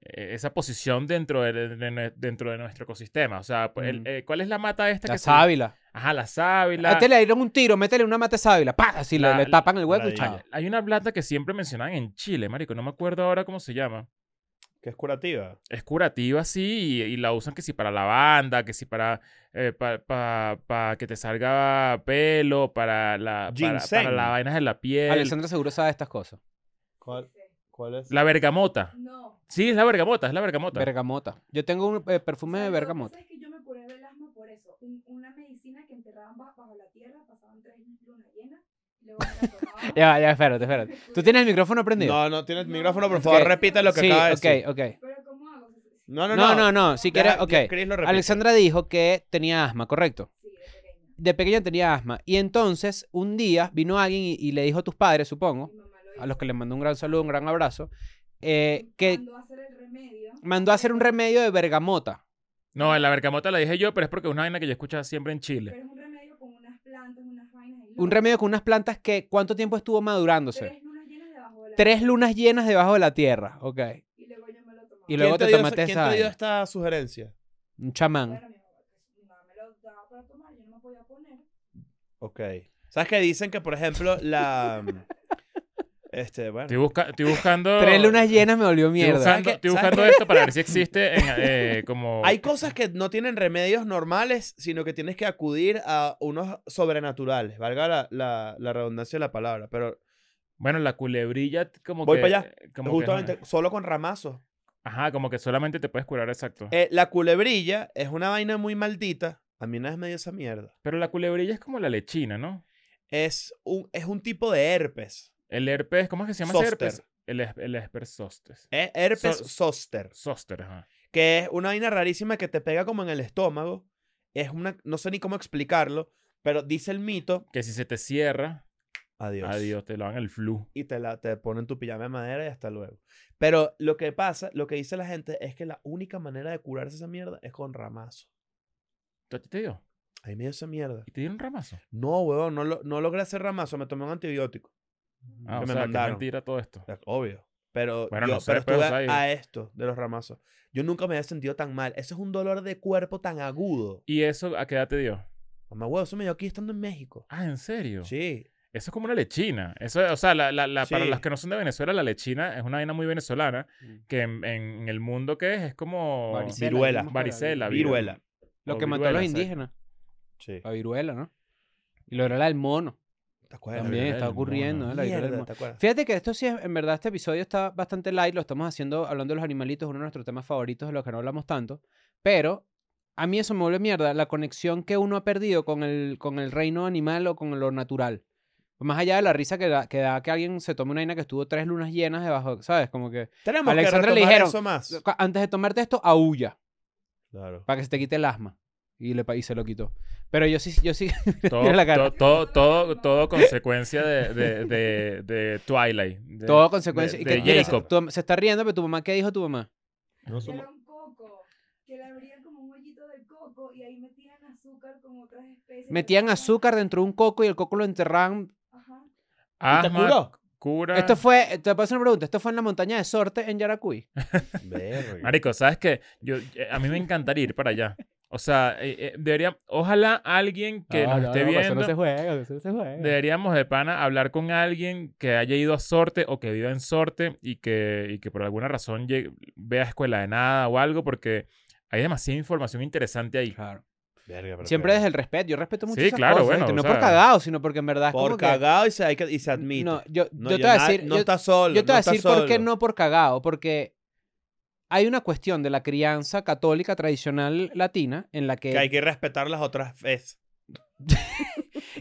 Speaker 1: eh, esa posición dentro de, de- de- dentro de nuestro ecosistema. O sea, pues, el-
Speaker 3: Mm.
Speaker 1: eh, ¿cuál es la mata esta
Speaker 3: La
Speaker 1: que se-
Speaker 3: sábila.
Speaker 1: Ajá, la
Speaker 3: A
Speaker 1: sábila.
Speaker 3: este le dieron un tiro, métele una mate sábila. ¡Pah! Así le-
Speaker 1: La-
Speaker 3: le, tapan el hueco
Speaker 2: la
Speaker 3: y chao.
Speaker 2: diga.
Speaker 1: Hay una planta que siempre mencionan en Chile, marico. No me acuerdo ahora cómo se llama.
Speaker 2: Que es curativa.
Speaker 1: es curativa, sí, y, y la usan que si para lavanda, que si para eh, pa- pa- pa que te salga pelo, para la para,
Speaker 2: Ginseng.
Speaker 1: para las vainas de la piel.
Speaker 3: Alexandra seguro sabe estas cosas.
Speaker 2: ¿Cuál, cuál es?
Speaker 1: La bergamota.
Speaker 5: No.
Speaker 1: Sí, es la bergamota, es la bergamota.
Speaker 3: Bergamota. Yo tengo un eh, perfume de
Speaker 5: ¿Sabes lo que pasa?
Speaker 3: bergamota.
Speaker 5: Es que yo me curé del asma por eso. Un- una medicina que enterraban ba- bajo, la tierra, pasaban tres lunas llenas, y luego me la tomaban.
Speaker 3: Ya, va, ya, espérate, espérate.
Speaker 5: Me curé.
Speaker 3: ¿Tú tienes el micrófono prendido?
Speaker 2: No, no tienes
Speaker 5: No.
Speaker 2: micrófono, por
Speaker 5: Ok.
Speaker 2: favor, repite lo que
Speaker 3: sí,
Speaker 2: acaba de
Speaker 3: ok,
Speaker 2: decir.
Speaker 3: ok.
Speaker 5: Pero ¿cómo hago? Sí,
Speaker 2: No, no,
Speaker 3: No,
Speaker 2: no.
Speaker 3: no, no, si quieres,
Speaker 2: Deja-
Speaker 3: ok.
Speaker 2: Chris lo repite.
Speaker 3: Alexandra dijo que tenía asma, correcto.
Speaker 5: de pequeña.
Speaker 3: De pequeña tenía asma. Y entonces, un día vino alguien y, y le dijo a tus padres, supongo,
Speaker 5: Mi mamá lo
Speaker 3: a los
Speaker 5: hizo.
Speaker 3: que les mandó un gran saludo, un gran abrazo, eh, que
Speaker 5: Mandó a hacer el remedio.
Speaker 3: mandó a hacer un remedio de bergamota.
Speaker 1: No, la bergamota la dije yo, pero es porque es una vaina que yo escuchaba siempre en
Speaker 5: Pero
Speaker 1: Chile.
Speaker 5: es un remedio con unas plantas, unas vainas. y
Speaker 3: Un
Speaker 5: luego
Speaker 3: remedio con unas plantas que, ¿cuánto tiempo estuvo madurándose?
Speaker 5: Tres lunas llenas debajo de la
Speaker 3: Tres
Speaker 5: tierra,
Speaker 3: lunas llenas debajo de la tierra, ok.
Speaker 5: Y luego yo me lo tomaba.
Speaker 3: Y
Speaker 2: ¿Quién
Speaker 3: luego
Speaker 2: te
Speaker 3: te
Speaker 2: dio-
Speaker 3: tomaste
Speaker 2: ¿Quién
Speaker 3: esa
Speaker 2: te dio
Speaker 3: vaina.
Speaker 2: esta sugerencia?
Speaker 3: Un chamán.
Speaker 5: Bueno, mi mamá, pues, mi mamá me lo daba para tomar, yo no me podía poner.
Speaker 2: Ok. ¿Sabes que dicen que, por ejemplo, la. este, bueno.
Speaker 1: Estoy, busca- estoy buscando.
Speaker 3: Tres lunas llenas me volvió
Speaker 1: Estoy
Speaker 3: mierda.
Speaker 1: buscando,
Speaker 2: ¿Sabes qué?
Speaker 1: estoy
Speaker 2: ¿Sabes
Speaker 1: buscando
Speaker 2: qué?
Speaker 1: esto para ver si existe en, eh, como.
Speaker 2: Hay cosas que no tienen remedios normales, sino que tienes que acudir a unos sobrenaturales, valga la, la- la redundancia de la palabra. Pero
Speaker 1: Bueno, la culebrilla, como
Speaker 2: Voy
Speaker 1: que. eh,
Speaker 2: para allá.
Speaker 1: como que-
Speaker 2: justamente solo con ramazos.
Speaker 1: ajá, como que solamente te puedes curar, exacto.
Speaker 2: Eh, la culebrilla es una vaina muy maldita. A mí una vez me dio esa mierda.
Speaker 1: Pero la culebrilla es como la lechina, ¿no?
Speaker 2: Es un, es un tipo de herpes.
Speaker 1: El herpes, ¿cómo es que se llama ese
Speaker 2: Zoster.
Speaker 1: herpes? El, es- el herpes zoster.
Speaker 2: ¿eh? Herpes
Speaker 1: So-
Speaker 2: zoster.
Speaker 1: Zoster, ajá.
Speaker 2: que es una vaina rarísima que te pega como en el estómago. Es una, no sé ni cómo explicarlo, pero dice el mito.
Speaker 1: Que si se te cierra,
Speaker 2: Adiós.
Speaker 1: adiós, te lo dan el flu.
Speaker 2: Y te, la, te ponen tu pijama de madera y hasta luego. Pero lo que pasa, lo que dice la gente es que la única manera de curarse esa mierda es con ramazo.
Speaker 1: ¿Tú a ti te dio?
Speaker 2: Ahí me dio esa mierda.
Speaker 1: ¿Y te dieron un ramazo?
Speaker 2: No, huevón, no, lo- no logré hacer ramazo, me tomé un antibiótico.
Speaker 1: Ah,
Speaker 2: Mm, que
Speaker 1: o
Speaker 2: me
Speaker 1: sea, que es
Speaker 2: mandaron.
Speaker 1: mentira todo esto.
Speaker 2: Es Obvio. Pero,
Speaker 1: Bueno,
Speaker 2: yo,
Speaker 1: no sé,
Speaker 2: pero
Speaker 1: pero,
Speaker 2: estuve
Speaker 1: o sea, yo-
Speaker 2: a esto de los ramazos. Yo nunca me había sentido tan mal. Eso es un dolor de cuerpo tan agudo.
Speaker 1: ¿Y eso a qué edad te dio?
Speaker 2: Mamá, huevo, eso me dio aquí estando en México.
Speaker 1: Ah, ¿en serio?
Speaker 2: Sí,
Speaker 1: Eso es como una lechina. Eso, o sea, la, la- la- para
Speaker 2: Sí.
Speaker 1: los que no son de Venezuela, la lechina es una vaina muy venezolana
Speaker 3: Mm.
Speaker 1: que en, en el mundo que es, es como...
Speaker 2: Viruela.
Speaker 3: ¿cómo es?
Speaker 1: Varicela, vi-
Speaker 2: viruela.
Speaker 3: Lo
Speaker 1: o
Speaker 3: que mató a
Speaker 1: viruela,
Speaker 3: los
Speaker 1: exacto.
Speaker 3: indígenas.
Speaker 2: Sí.
Speaker 1: Ah,
Speaker 3: La viruela, ¿no? Y la viruela del mono.
Speaker 2: ¿Te acuerdas?
Speaker 3: También
Speaker 1: viruela
Speaker 3: está
Speaker 1: del mono.
Speaker 3: ocurriendo, ¿eh? La viruela del
Speaker 2: Mierda,
Speaker 3: mono.
Speaker 2: ¿te acuerdas?
Speaker 3: Fíjate que esto sí es, en verdad, este episodio está bastante light, lo estamos haciendo hablando de los animalitos, uno de nuestros temas favoritos de los que no hablamos tanto, pero a mí eso me vuelve mierda, la conexión que uno ha perdido con el, con el reino animal o con lo natural. Más allá de la risa que da que, da que alguien se tome una vaina que estuvo tres lunas llenas debajo, ¿sabes? Como que
Speaker 2: Tenemos
Speaker 3: Alexandra
Speaker 2: que
Speaker 3: le
Speaker 2: retomar
Speaker 3: dijeron-
Speaker 2: eso más.
Speaker 3: "Ca- antes de tomarte esto, aúlla,
Speaker 2: Claro.
Speaker 3: para que se te quite el asma. Y, le, pa- y se lo quitó. Pero yo sí, yo sí,
Speaker 1: Todo,
Speaker 3: Mira la cara.
Speaker 1: to- todo, todo, todo consecuencia de, de, de, de Twilight. de-
Speaker 3: todo consecuencia.
Speaker 1: de-
Speaker 3: y que-
Speaker 1: de
Speaker 3: mira, se-
Speaker 1: Jacob.
Speaker 3: tu- se está riendo, pero tu mamá, ¿qué dijo tu mamá?
Speaker 5: Que era un coco, que le abrían como un hoyito de coco y ahí metían azúcar con otras especies.
Speaker 3: Metían azúcar dentro de un coco y el coco lo enterraban
Speaker 5: Ajá.
Speaker 1: Asma,
Speaker 2: curó?
Speaker 1: cura...
Speaker 3: Esto fue, te puedo hacer una pregunta, esto fue en la montaña de Sorte en Yaracuy.
Speaker 2: Verga.
Speaker 1: Marico, ¿sabes qué? Yo, eh, a mí me encantaría ir para allá. O sea, eh, eh, debería, ojalá alguien que nos esté viendo,
Speaker 3: juega, eso no se juega.
Speaker 1: deberíamos de pana hablar con alguien que haya ido a Sorte o que viva en Sorte y que, y que por alguna razón llegue- vea Escuela de Nada o algo, porque hay demasiada información interesante ahí.
Speaker 3: Claro.
Speaker 2: Verga, pero
Speaker 3: Siempre
Speaker 2: qué-
Speaker 3: desde el respeto, yo respeto mucho
Speaker 1: Sí,
Speaker 3: esas
Speaker 1: claro,
Speaker 3: cosas,
Speaker 1: bueno,
Speaker 3: ¿viste?
Speaker 1: o
Speaker 3: no
Speaker 1: sea,
Speaker 3: por cagado, sino porque en verdad es
Speaker 2: Por
Speaker 3: como que-
Speaker 2: cagado y se, hay que, y se admite.
Speaker 3: No,
Speaker 2: No,
Speaker 3: yo,
Speaker 2: no,
Speaker 3: yo te
Speaker 2: yo
Speaker 3: voy a
Speaker 2: na-
Speaker 3: decir,
Speaker 2: No
Speaker 3: yo,
Speaker 2: está solo.
Speaker 3: yo te voy a
Speaker 2: no está
Speaker 3: decir por qué
Speaker 2: solo.
Speaker 3: no por cagado, porque hay una cuestión de la crianza católica tradicional latina en la que,
Speaker 2: Que hay que respetar las otras veces.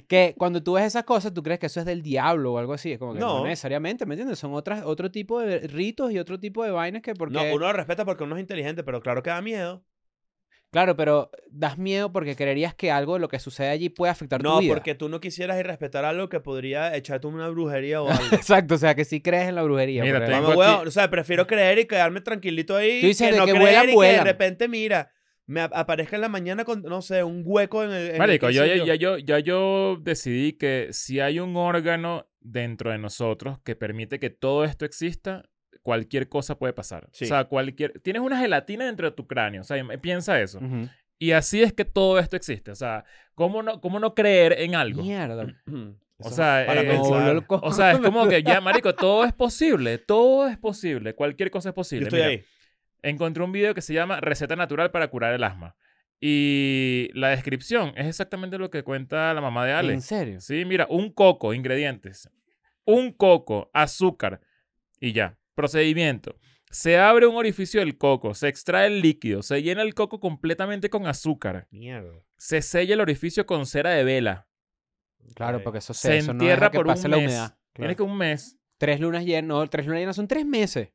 Speaker 3: que cuando tú ves esas cosas, tú crees que eso es del diablo o algo así, es como que no,
Speaker 2: No.
Speaker 3: necesariamente, ¿me entiendes? Son otras, otro tipo de ritos y otro tipo de vainas que porque...
Speaker 2: No, uno lo respeta porque uno es inteligente, pero claro que da miedo.
Speaker 3: Claro, pero das miedo porque creerías que algo de lo que sucede allí puede afectar
Speaker 2: No,
Speaker 3: tu vida.
Speaker 2: porque tú no quisieras ir a respetar algo que podría echarte una brujería o algo.
Speaker 3: Exacto, o sea, que sí crees en la brujería.
Speaker 1: Mira,
Speaker 3: porque-
Speaker 1: tengo-
Speaker 2: Mamá,
Speaker 1: aquí-
Speaker 2: huevo, o sea, prefiero creer y quedarme tranquilito ahí.
Speaker 3: Tú dices
Speaker 2: que
Speaker 3: de
Speaker 2: no
Speaker 3: que
Speaker 2: creer
Speaker 3: vuelan,
Speaker 2: y que
Speaker 3: vuelan.
Speaker 2: de repente, mira, me ap- aparezca en la mañana con, no sé, un hueco en el... en el
Speaker 1: Marico, yo,
Speaker 2: qué
Speaker 1: ya,
Speaker 2: sé
Speaker 1: ya yo, ya yo decidí que si hay un órgano dentro de nosotros que permite que todo esto exista, cualquier cosa puede pasar.
Speaker 2: Sí.
Speaker 1: O sea, cualquier... Tienes una gelatina dentro de tu cráneo, o sea, im- piensa eso.
Speaker 3: Ujú.
Speaker 1: Y así es que todo esto existe. O sea, ¿cómo no, cómo no creer en algo? Eh,
Speaker 3: Mierda.
Speaker 1: O sea,
Speaker 2: para
Speaker 1: eh,
Speaker 3: Me voló el coco.
Speaker 1: O sea, es como que ya, marico, todo es posible, todo es posible, cualquier cosa es
Speaker 2: Yo
Speaker 1: posible.
Speaker 2: estoy
Speaker 1: Mira,
Speaker 2: ahí.
Speaker 1: encontré un video que se llama Receta Natural para curar el asma. Y la descripción es exactamente lo que cuenta la mamá de Ale.
Speaker 3: ¿En serio?
Speaker 1: Sí, mira, un coco, ingredientes. Un coco, azúcar y ya. Procedimiento. Se abre un orificio del coco, se extrae el líquido, se llena el coco completamente con azúcar,
Speaker 2: Mierda.
Speaker 1: se sella el orificio con cera de vela,
Speaker 3: Claro,
Speaker 2: Ok.
Speaker 3: porque eso
Speaker 1: se
Speaker 3: eso no deja
Speaker 1: entierra
Speaker 3: que
Speaker 1: por un mes.
Speaker 3: pase la humedad. Claro.
Speaker 1: Tienes que un mes.
Speaker 3: Tres lunas llenas, no, tres lunas llenas son tres meses.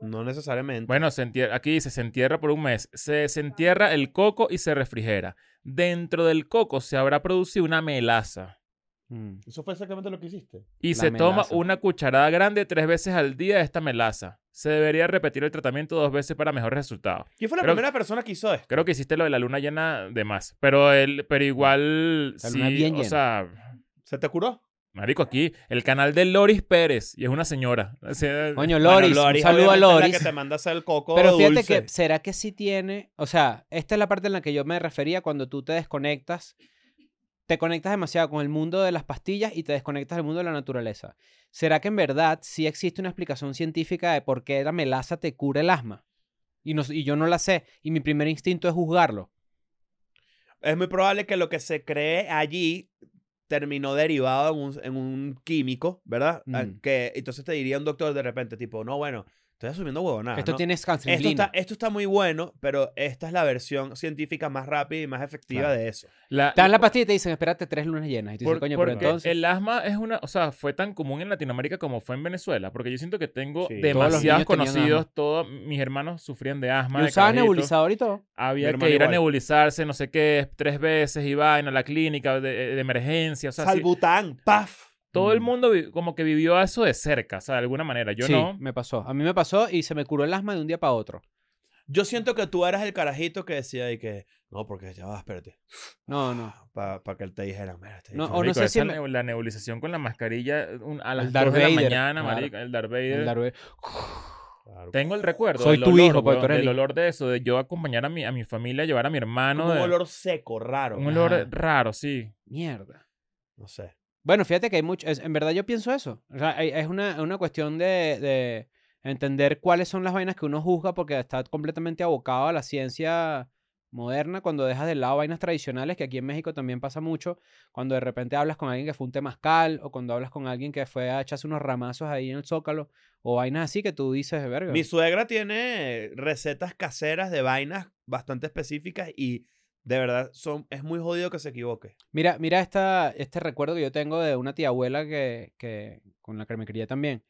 Speaker 2: No necesariamente.
Speaker 1: Bueno, se entie- aquí dice, se entierra por un mes. Se, se entierra el coco y se refrigera. Dentro del coco se habrá producido una melaza.
Speaker 3: Mm.
Speaker 2: Eso fue exactamente lo que hiciste.
Speaker 1: Y
Speaker 3: La
Speaker 1: se toma
Speaker 3: melaza.
Speaker 1: una cucharada grande tres veces al día de esta melaza. Se debería repetir el tratamiento dos veces para mejores resultados.
Speaker 2: ¿Quién fue la
Speaker 1: Creo-
Speaker 2: primera persona que hizo esto?
Speaker 1: Creo que hiciste lo de la luna llena de más. Pero, el, pero igual...
Speaker 3: La
Speaker 1: sí,
Speaker 3: luna bien
Speaker 1: o
Speaker 3: llena.
Speaker 1: sea,
Speaker 2: ¿Se te curó?
Speaker 1: marico, aquí el canal de Loris Pérez. Y es una señora. O sea,
Speaker 3: Coño, Loris,
Speaker 2: Bueno,
Speaker 3: un saludo a
Speaker 2: obviamente, es la
Speaker 3: Loris.
Speaker 2: que te manda a hacer el coco
Speaker 3: Pero fíjate
Speaker 2: dulce.
Speaker 3: que, ¿será que sí tiene? O sea, esta es la parte en la que yo me refería cuando tú te desconectas. Te conectas demasiado con el mundo de las pastillas y te desconectas del mundo de la naturaleza. ¿Será que en verdad sí existe una explicación científica de por qué la melaza te cura el asma? Y, no, y yo no la sé. Y mi primer instinto es juzgarlo.
Speaker 2: Es muy probable que lo que se cree allí terminó derivado en un, en un químico, ¿verdad? Ah,
Speaker 3: Mm.
Speaker 2: Que entonces te diría un doctor de repente, tipo, no, bueno, estoy asumiendo
Speaker 1: Ah,
Speaker 2: huevonada.
Speaker 3: Esto
Speaker 2: ¿no?
Speaker 3: tiene
Speaker 2: esto
Speaker 3: escancilina.
Speaker 2: está, esto está muy bueno, pero esta es la versión científica más rápida y más efectiva
Speaker 3: Claro.
Speaker 2: de eso.
Speaker 1: la-
Speaker 3: Te dan la pastilla y te dicen, espérate tres lunas llenas. Y tú dices,
Speaker 1: Por-
Speaker 3: coño, pero
Speaker 1: porque
Speaker 3: entonces...
Speaker 1: el asma es una, o sea, fue tan común en Latinoamérica como fue en Venezuela, porque yo siento que tengo
Speaker 2: Sí.
Speaker 1: demasiados
Speaker 3: Todos los niños tenían
Speaker 1: conocidos, todos mis hermanos sufrían de asma.
Speaker 3: Y
Speaker 1: de
Speaker 3: usaban
Speaker 1: carajito.
Speaker 3: nebulizador y todo.
Speaker 1: Había
Speaker 2: Mi
Speaker 1: que
Speaker 2: hermano
Speaker 1: ir a
Speaker 2: igual.
Speaker 1: nebulizarse, no sé qué, tres veces y vaina a la clínica de, de emergencia, o sea, sí,
Speaker 2: Salbután, paf.
Speaker 1: todo
Speaker 2: Mm.
Speaker 1: el mundo vi- como que vivió eso de cerca, o sea, de alguna manera. Yo
Speaker 3: sí,
Speaker 1: no.
Speaker 3: me pasó. A mí me pasó y se me curó el asma de un día para otro.
Speaker 2: Yo siento que tú eras el carajito que decía y que, no, porque ya va, espérate.
Speaker 3: No, no.
Speaker 1: Ah,
Speaker 2: Para que él te dijera, mira, este
Speaker 3: No,
Speaker 2: bicho-
Speaker 3: o no
Speaker 1: Marico,
Speaker 3: sé si
Speaker 1: esa
Speaker 3: me-
Speaker 1: neu- la nebulización con la mascarilla un- a las 2
Speaker 3: El Darth
Speaker 1: de la
Speaker 3: Vader,
Speaker 1: mañana,
Speaker 3: claro.
Speaker 1: marico, el Darth Vader.
Speaker 3: El Darth Vader.
Speaker 2: Claro.
Speaker 1: Tengo el recuerdo.
Speaker 3: Soy
Speaker 1: del
Speaker 3: tu
Speaker 1: olor,
Speaker 3: hijo, porque tú
Speaker 1: weón,
Speaker 3: eres
Speaker 1: del
Speaker 3: mi-
Speaker 1: olor de eso, de yo acompañar a mi, a mi familia, llevar a mi hermano.
Speaker 2: Como un
Speaker 1: de-
Speaker 2: olor seco, raro.
Speaker 1: Un olor
Speaker 3: Ajá.
Speaker 1: raro, sí.
Speaker 3: Mierda.
Speaker 2: No sé.
Speaker 3: Bueno, fíjate que hay mucho. es- en verdad, yo pienso eso. O sea, hay- es una, una cuestión de, de entender cuáles son las vainas que uno juzga porque está completamente abocado a la ciencia moderna cuando dejas de lado vainas tradicionales, que aquí en México también pasa mucho. Cuando de repente hablas con alguien que fue un temazcal o cuando hablas con alguien que fue a echarse unos ramazos ahí en el zócalo o vainas así que tú dices, verga.
Speaker 2: Mi suegra tiene recetas caseras de vainas bastante específicas y de verdad son, es muy jodido que se equivoque.
Speaker 3: Mira, mira esta, este recuerdo que yo tengo de una tía abuela que, que, con la que me crié también.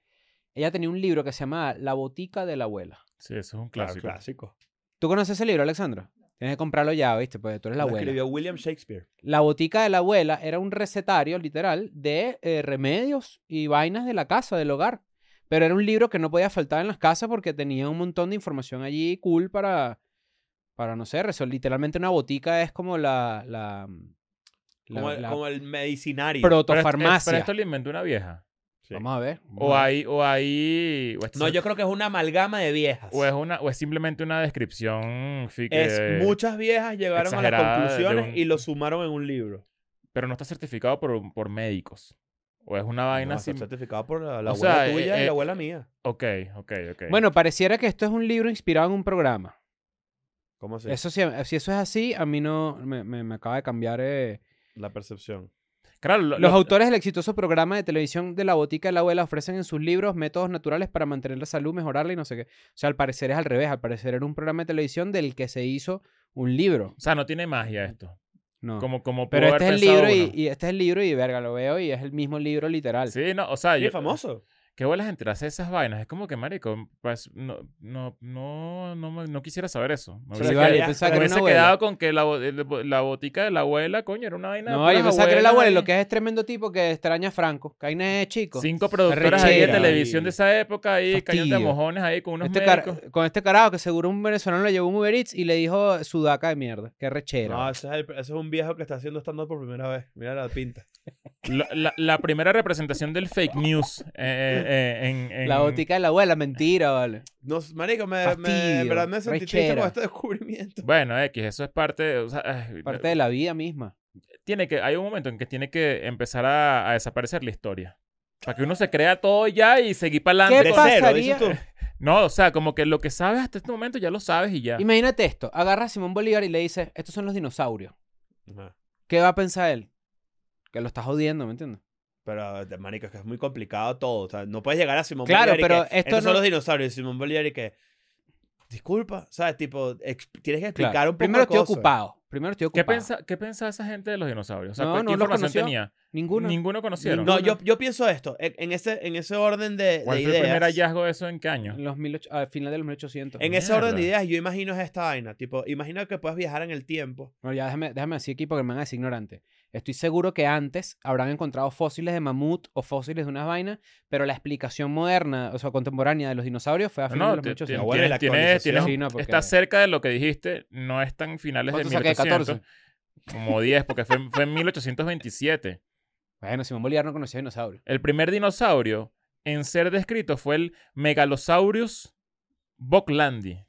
Speaker 3: Ella tenía un libro que se llamaba La botica de la abuela.
Speaker 1: Sí, eso es un clásico.
Speaker 2: clásico.
Speaker 3: ¿Tú conoces ese libro, Alexandra? Tienes que comprarlo ya, ¿viste? Porque tú eres la
Speaker 2: La
Speaker 3: abuela.
Speaker 2: escribió William Shakespeare.
Speaker 3: La botica de la abuela era un recetario literal de eh, remedios y vainas de la casa, del hogar. Pero era un libro que no podía faltar en las casas porque tenía un montón de información allí cool para, para no sé, resolver. Literalmente una botica es como la... la, mm, la-
Speaker 2: Como, el-
Speaker 3: la
Speaker 2: como el medicinario.
Speaker 1: Pero es- es-
Speaker 3: protofarmacia.
Speaker 1: Pero esto lo inventó una vieja.
Speaker 2: Sí.
Speaker 3: Vamos a ver.
Speaker 1: O ahí, o ahí. O es,
Speaker 2: No, yo creo que es una amalgama de viejas.
Speaker 1: o es una, o es simplemente una descripción fic- eh,
Speaker 2: Es muchas viejas llegaron a
Speaker 1: exagerada
Speaker 2: las
Speaker 1: de
Speaker 2: conclusiones
Speaker 1: un-
Speaker 2: y lo sumaron en un libro.
Speaker 1: Pero no está certificado por, por médicos. O es una vaina
Speaker 2: No,
Speaker 1: así.
Speaker 2: está certificado por la, la
Speaker 1: O
Speaker 2: abuela
Speaker 1: sea,
Speaker 2: tuya
Speaker 1: eh,
Speaker 2: y
Speaker 1: eh,
Speaker 2: la abuela mía.
Speaker 1: Ok, ok, ok.
Speaker 3: Bueno, pareciera que esto es un libro inspirado en un programa.
Speaker 2: ¿Cómo se
Speaker 3: Eso sí, si eso es así, a mí no me, me- me acaba de cambiar. eh.
Speaker 2: La percepción.
Speaker 1: claro, lo-
Speaker 3: Los
Speaker 1: lo-
Speaker 3: autores del exitoso programa de televisión de la botica de la abuela ofrecen en sus libros métodos naturales para mantener la salud, mejorarla y no sé qué. O sea, al parecer es al revés. Al parecer era un programa de televisión del que se hizo un libro.
Speaker 1: O sea, no tiene magia esto.
Speaker 3: No.
Speaker 1: Como, como
Speaker 3: Pero
Speaker 1: pudo
Speaker 3: este es
Speaker 1: haber
Speaker 3: el libro
Speaker 1: pensado
Speaker 3: y,
Speaker 1: uno.
Speaker 3: y este es el libro y verga, lo veo y es el mismo libro literal.
Speaker 1: Sí, no, o sea.
Speaker 2: Y
Speaker 1: yo-
Speaker 2: es famoso.
Speaker 1: ¿Qué bolas enterarse de esas vainas? Es como que, marico, pues no, no, no, no, me- no quisiera saber eso. Me
Speaker 2: Sí,
Speaker 1: hubiese
Speaker 3: Sí, vale,
Speaker 2: quería-
Speaker 3: yo pensaba
Speaker 1: Me
Speaker 3: que era
Speaker 1: hubiese
Speaker 3: una abuela.
Speaker 1: quedado con que la, bo- el- la botica de la abuela, coño, era una vaina. de
Speaker 3: No,
Speaker 1: puras
Speaker 3: yo pensaba que era el
Speaker 1: abuelas
Speaker 3: abuelo,
Speaker 1: ahí.
Speaker 3: lo que es este tremendo tipo que extraña a Franco. Caíne es chico.
Speaker 1: Cinco productoras ahí de
Speaker 3: Arrechera.
Speaker 1: televisión de esa época ahí, cayendo de
Speaker 3: Fastidio.
Speaker 1: mojones ahí con unos
Speaker 3: Este
Speaker 1: médicos.
Speaker 3: car- con este carajo que seguro un venezolano le llevó un Uber Eats y le dijo sudaca de mierda. Qué rechera.
Speaker 2: No, ese es, el- ese es un viejo que está haciendo stand-up por primera vez. Mira la pinta.
Speaker 1: La, la- la primera representación del fake news eh, eh, en, en-
Speaker 3: la botica de la abuela, mentira, vale.
Speaker 2: No, marico, me, me, en
Speaker 3: Fastidio,
Speaker 2: verdad me sentí triste
Speaker 3: rechera.
Speaker 2: por este descubrimiento.
Speaker 1: Bueno, X, eso es parte, o sea, ay,
Speaker 3: Parte de la vida misma.
Speaker 1: tiene que, hay un momento en que tiene que empezar a, a desaparecer la historia. Para que uno se crea todo ya y seguir para
Speaker 3: ¿Qué
Speaker 1: adelante.
Speaker 2: De cero,
Speaker 3: pasaría?
Speaker 2: dices tú.
Speaker 1: No, o sea, como que lo que sabes hasta este momento ya lo sabes y ya.
Speaker 3: Imagínate esto. Agarra a Simón Bolívar y le dice, estos son los dinosaurios.
Speaker 2: Ajá.
Speaker 3: ¿Qué va a pensar él? Que lo estás jodiendo, ¿me entiendes?
Speaker 2: Pero, de- marico, es que es muy complicado todo. O sea, no puedes llegar a Simón
Speaker 3: Claro,
Speaker 2: Bolívar. y
Speaker 3: pero
Speaker 2: que,
Speaker 3: esto
Speaker 2: "Estos son
Speaker 3: no-
Speaker 2: los dinosaurios. y Simón Bolívar y que. Disculpa, ¿sabes? Tipo, ex- tienes que explicar
Speaker 3: Claro.
Speaker 2: un poco.
Speaker 3: Primero
Speaker 2: de
Speaker 3: estoy
Speaker 2: cosas.
Speaker 3: ocupado. Primero estoy ocupado.
Speaker 1: ¿Qué, pensa, ¿Qué pensaba esa gente de los dinosaurios? O sea,
Speaker 3: No,
Speaker 1: ¿qué
Speaker 3: no los
Speaker 1: información
Speaker 3: conoció.
Speaker 1: tenía?
Speaker 3: Ninguno.
Speaker 1: Ninguno conocieron.
Speaker 2: No,
Speaker 3: Ninguno.
Speaker 2: yo, yo pienso esto. En, en ese, en ese orden de, de
Speaker 1: ¿Cuál fue el
Speaker 2: ideas.
Speaker 1: primer hallazgo de eso en qué año?
Speaker 3: En los 18 al final de los 1800.
Speaker 2: En ese orden de
Speaker 1: Mierda.
Speaker 2: ideas, yo imagino es esta vaina. Tipo, imagina que puedes viajar en el tiempo.
Speaker 3: No, ya déjame, déjame decir aquí porque me van a decir ignorante. Estoy seguro que antes habrán encontrado fósiles de mamut o fósiles de unas vainas, pero la explicación moderna, o sea, contemporánea de los dinosaurios fue a
Speaker 1: No,
Speaker 3: finales
Speaker 1: no,
Speaker 3: de los
Speaker 1: te- te-
Speaker 3: 1800.
Speaker 2: Bueno, la
Speaker 1: tienes- tienes-
Speaker 2: actualización.
Speaker 1: tienes-
Speaker 3: Sí, no, porque-
Speaker 1: estás cerca de lo que dijiste, no es tan finales de
Speaker 3: ¿Cuánto saqué?
Speaker 1: 1800,
Speaker 3: 14.
Speaker 1: como 10, porque fue, fue en 1827.
Speaker 3: Bueno, Simón Bolívar no conocía dinosaurios.
Speaker 1: El primer dinosaurio en ser descrito fue el Megalosaurus Bocklandi.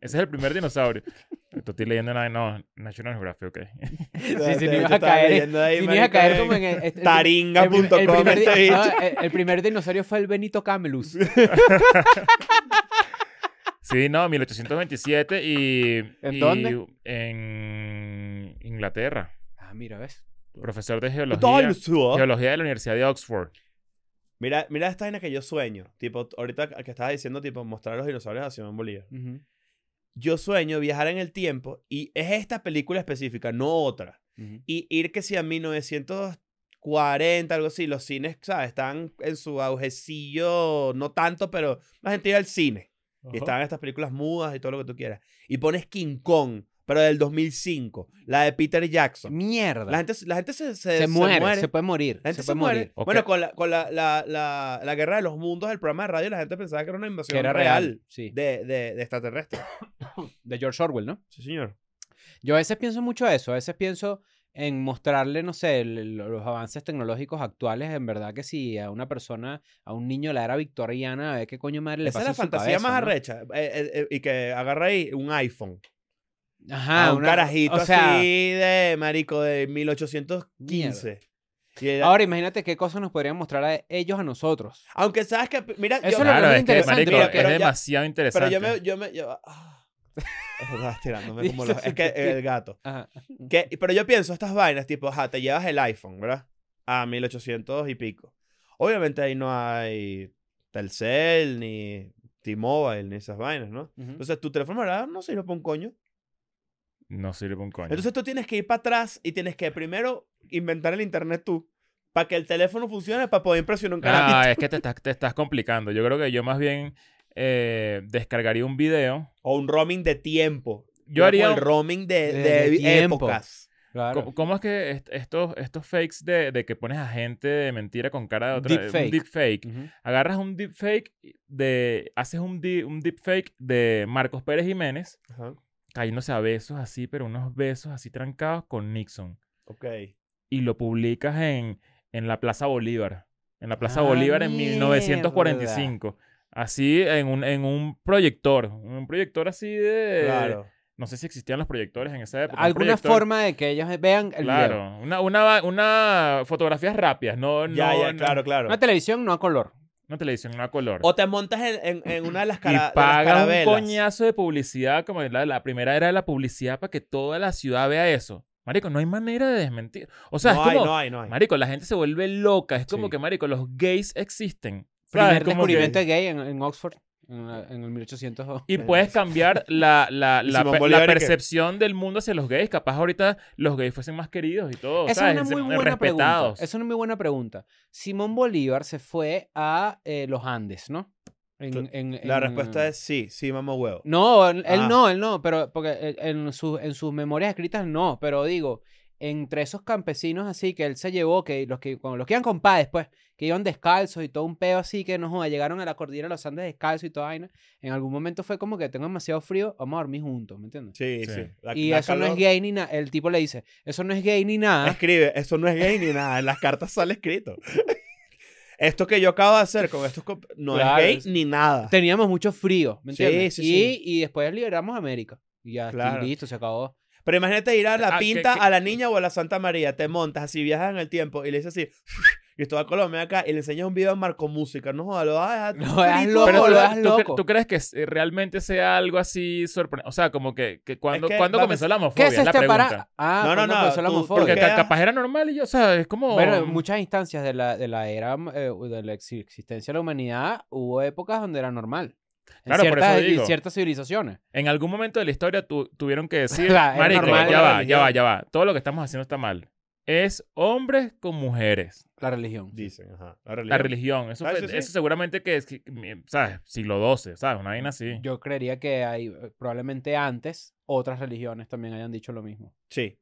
Speaker 1: Ese es el primer dinosaurio. Esto estoy leyendo en la- no, National Geographic, ok.
Speaker 2: Sí,
Speaker 3: sí, no ibas a caer, Si no ibas a
Speaker 2: eh.
Speaker 3: caer como en e, este, el- el- el-
Speaker 2: Taringa.com
Speaker 3: el primer
Speaker 2: este
Speaker 3: di- no,
Speaker 2: bicho.
Speaker 3: el- el primer dinosaurio fue el Benito Camelus.
Speaker 1: Sí, no, 1827 y...
Speaker 3: ¿En
Speaker 1: y-
Speaker 3: dónde?
Speaker 1: En Inglaterra.
Speaker 3: Ah, mira, ¿ves?
Speaker 1: Profesor de
Speaker 3: Ah.
Speaker 2: Todo
Speaker 1: geología.
Speaker 2: el sudo.
Speaker 1: Geología de la Universidad de Oxford.
Speaker 2: Mira, mira esta vaina que yo sueño. Tipo, ahorita que estabas diciendo, tipo, mostrar los dinosaurios a Simón Bolívar.
Speaker 3: Ujú.
Speaker 2: Yo sueño viajar en el tiempo y es esta película específica, no otra.
Speaker 3: Ujú.
Speaker 2: Y ir que si a 1940, algo así, los cines, ¿sabes? Están en su aujecillo, no tanto, pero la gente iba al cine. Y estaban estas películas mudas y todo lo que tú quieras. Y pones King Kong, pero del 2005, la de Peter Jackson.
Speaker 3: Mierda.
Speaker 2: La gente, la gente se, se,
Speaker 3: se,
Speaker 2: se
Speaker 3: muere, se puede morir.
Speaker 2: La gente se,
Speaker 3: puede
Speaker 2: muere.
Speaker 3: morir.
Speaker 1: Ok.
Speaker 2: Bueno, con, la, con la, la, la, la guerra de los mundos, el programa de radio, la gente pensaba que era una invasión
Speaker 3: Que era
Speaker 2: real,
Speaker 3: real. Sí.
Speaker 2: De,
Speaker 3: De,
Speaker 2: de, de extraterrestres.
Speaker 3: George Orwell, ¿no?
Speaker 2: Sí, señor.
Speaker 3: Yo a veces pienso mucho eso, a veces pienso en mostrarle, no sé, el- el- los avances tecnológicos actuales, en verdad que si a una persona, a un niño de la era victoriana, a ver qué coño madre le
Speaker 2: Esa es
Speaker 3: pasa
Speaker 2: la
Speaker 3: en su
Speaker 2: fantasía
Speaker 3: cabeza,
Speaker 2: más
Speaker 3: ¿no?
Speaker 2: arrecha. eh, eh, eh, y que agarra ahí un iPhone.
Speaker 3: Ajá,
Speaker 2: a un
Speaker 3: Ah, una-
Speaker 2: carajito
Speaker 3: o sea,
Speaker 2: así de marico de 1815. Y era-
Speaker 3: Ahora imagínate qué cosas nos podrían mostrar a ellos a nosotros.
Speaker 2: aunque sabes que, mira,
Speaker 3: Eso
Speaker 2: yo-
Speaker 3: es lo
Speaker 1: Claro,
Speaker 3: más
Speaker 1: es que,
Speaker 3: interesante,
Speaker 1: marico,
Speaker 2: mira,
Speaker 1: es
Speaker 2: pero ya-
Speaker 1: demasiado
Speaker 2: pero
Speaker 1: interesante.
Speaker 2: yo me, yo me, yo- ah. Estabas tirándome como
Speaker 3: Dice
Speaker 2: los- es que
Speaker 3: Santiago.
Speaker 2: el gato.
Speaker 3: Ajá.
Speaker 2: Que- pero yo pienso estas vainas, tipo, ajá, te llevas el iPhone, ¿verdad? A 1800 y pico. Obviamente ahí no hay Telcel, ni T-Mobile, ni esas vainas, ¿no?
Speaker 3: Ujú.
Speaker 2: Entonces tu teléfono, ¿verdad? No sirve para un coño.
Speaker 1: No sirve un coño.
Speaker 2: Entonces tú tienes que ir para atrás y tienes que primero inventar el internet tú para que el teléfono funcione para poder impresionar un carajito.
Speaker 1: Ah, es que te estás, te estás complicando. Yo creo que yo más bien eh, descargaría un video.
Speaker 2: O un roaming de tiempo.
Speaker 1: Yo
Speaker 2: Era
Speaker 1: haría
Speaker 2: como
Speaker 1: un-
Speaker 2: el roaming de,
Speaker 3: de-
Speaker 2: de
Speaker 3: de tiempo.
Speaker 2: épocas.
Speaker 3: Claro.
Speaker 1: ¿Cómo, cómo es que est- estos, estos fakes de, de que pones a gente de mentira con cara de otra
Speaker 3: Deepfake.
Speaker 1: Un deepfake.
Speaker 3: Ujú.
Speaker 1: Agarras un deepfake de. Haces un, di- un deepfake de Marcos Pérez Jiménez
Speaker 2: Ajá.
Speaker 1: cayéndose a besos así, pero unos besos así trancados con Nixon.
Speaker 2: Ok.
Speaker 1: Y lo publicas en, en la Plaza Bolívar. En la Plaza
Speaker 3: Ah,
Speaker 1: Bolívar en 1945. Así en un, en un proyector. Un proyector así de.
Speaker 2: Claro.
Speaker 1: No sé si existían los proyectores en esa época. un
Speaker 3: Alguna
Speaker 1: proyector-
Speaker 3: forma de que ellos vean el video.
Speaker 1: Claro, una, una, una fotografías rápidas, no,
Speaker 2: ya,
Speaker 1: no,
Speaker 2: ya,
Speaker 1: no-
Speaker 2: claro, claro.
Speaker 3: Una televisión no a color.
Speaker 1: Una televisión, no a color.
Speaker 2: O te montas en, en- en una de las, cara, de
Speaker 1: y
Speaker 2: las
Speaker 1: paga un
Speaker 2: carabelas.
Speaker 1: coñazo de publicidad como la, la primera era de la publicidad para que toda la ciudad vea eso. Marico, no hay manera de desmentir. O sea,
Speaker 2: no
Speaker 1: es como,
Speaker 2: hay, no hay, no hay.
Speaker 1: marico, la gente se vuelve loca. Es como
Speaker 3: Sí.
Speaker 1: que, marico, los gays existen. ¿Sabes?
Speaker 3: Primer
Speaker 1: Como que-
Speaker 3: descubrimiento gay en, en Oxford. en, la- en el 1800.
Speaker 1: Y puedes cambiar la, la,
Speaker 2: Y
Speaker 1: la,
Speaker 2: Simón
Speaker 1: pe- la
Speaker 2: Bolívar, ¿y qué?
Speaker 1: percepción del mundo hacia los gays. Capaz ahorita los gays fuesen más queridos y todo,
Speaker 3: Esa
Speaker 1: ¿sabes?
Speaker 3: es una
Speaker 1: Se-
Speaker 3: muy buena pregunta.
Speaker 1: respetados.
Speaker 3: Esa es una muy buena pregunta. Simón Bolívar se fue a eh, los Andes, ¿no? En- en-
Speaker 2: La
Speaker 3: en-
Speaker 2: respuesta es sí, sí, mamá huevo.
Speaker 3: No, él él
Speaker 2: Ah.
Speaker 3: no, él no, pero porque él- en, sus- en sus memorias escritas no, pero digo, entre esos campesinos así que él se llevó, que los que, cuando los que iban con padres, pues, que iban descalzos y todo un peo así, que no joda, llegaron a la cordillera de los Andes descalzos y toda vaina, en algún momento fue como que tengo demasiado frío, vamos a dormir juntos, ¿me entiendes?
Speaker 2: Sí,
Speaker 1: Sí.
Speaker 2: sí. Da-
Speaker 3: Y
Speaker 2: da
Speaker 3: eso no
Speaker 2: calor.
Speaker 3: es gay ¿ah? ni nada, el tipo le dice, eso no es gay ni nada.
Speaker 2: Escribe, eso no es gay ni nada. En las cartas sale escrito. Esto que yo acabo de hacer con estos comp- no
Speaker 3: Claro,
Speaker 2: es
Speaker 3: es-
Speaker 2: gay ni nada.
Speaker 3: Teníamos mucho frío, ¿me
Speaker 2: Sí,
Speaker 3: entiendes?
Speaker 2: sí,
Speaker 3: y,
Speaker 2: sí.
Speaker 3: y después liberamos América. Y ya, y
Speaker 2: Claro.
Speaker 3: listo, se acabó.
Speaker 2: Pero imagínate ir a la
Speaker 1: Ah, que-
Speaker 2: pinta,
Speaker 1: que-
Speaker 2: a la niña o a la Santa María, te montas así, viajas en el tiempo y le dices así, y esto va a Colombia acá y le enseñas un video de Marco Música. No jodas, lo vas a dejar
Speaker 3: No, es
Speaker 2: frito,
Speaker 3: loco,
Speaker 2: boludo.
Speaker 1: Pero
Speaker 3: lo
Speaker 1: tú,
Speaker 3: das
Speaker 1: tú cre-
Speaker 3: loco.
Speaker 1: tú crees que eh, realmente sea algo así sorprendente? O sea, como que, que cuando,
Speaker 2: que,
Speaker 1: cuando
Speaker 2: vamos,
Speaker 1: comenzó la homofobia,
Speaker 3: ¿Qué es
Speaker 1: la
Speaker 3: este
Speaker 1: pregunta.
Speaker 3: para? Ah,
Speaker 2: No, no,
Speaker 3: ¿cuándo
Speaker 2: no,
Speaker 3: empezó la
Speaker 2: tú- tú
Speaker 3: homofobia?
Speaker 1: Porque
Speaker 2: Porque
Speaker 1: ca-
Speaker 2: a-
Speaker 1: capaz era normal y yo, o sea, es como...
Speaker 3: Bueno, en muchas instancias de la, de la era eh, de la ex- existencia de la humanidad hubo épocas donde era normal. En
Speaker 1: Claro, por eso
Speaker 3: ciertas-
Speaker 1: digo.
Speaker 3: En ciertas civilizaciones.
Speaker 1: En algún momento de la historia tu- tuvieron que decir,
Speaker 3: Claro, es
Speaker 1: marico,
Speaker 3: normal.
Speaker 1: ya
Speaker 2: La
Speaker 1: va, ya
Speaker 2: religión.
Speaker 1: va, ya va. Todo lo que estamos haciendo está mal. Es hombres con mujeres.
Speaker 3: La religión.
Speaker 2: Dicen, ajá. La
Speaker 1: La
Speaker 2: religión.
Speaker 1: religión. Eso,
Speaker 2: Ah,
Speaker 1: fue-
Speaker 2: sí, sí.
Speaker 1: eso seguramente que es, que, ¿sabes? Siglo XII, ¿sabes? Una vaina así.
Speaker 3: Yo creería que hay, eh, probablemente antes, otras religiones también hayan dicho lo mismo.
Speaker 2: Sí.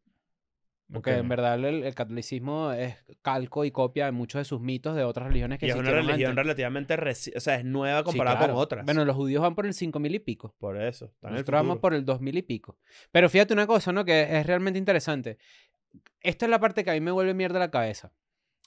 Speaker 3: Porque
Speaker 1: Ok.
Speaker 3: en verdad el, el catolicismo es calco y copia de muchos de sus mitos de otras religiones que
Speaker 2: Y es una
Speaker 3: existieron
Speaker 2: religión
Speaker 3: antes.
Speaker 2: relativamente reci- o sea, es nueva
Speaker 3: Sí,
Speaker 2: comparada
Speaker 3: claro.
Speaker 2: con otras.
Speaker 3: Bueno, los judíos van por el 5000 y pico.
Speaker 2: por eso. está en el
Speaker 3: Nosotros vamos
Speaker 2: futuro.
Speaker 3: por el 2000 y pico. Pero fíjate una cosa, ¿no? Que es realmente interesante. Esta es la parte que a mí me vuelve mierda la cabeza.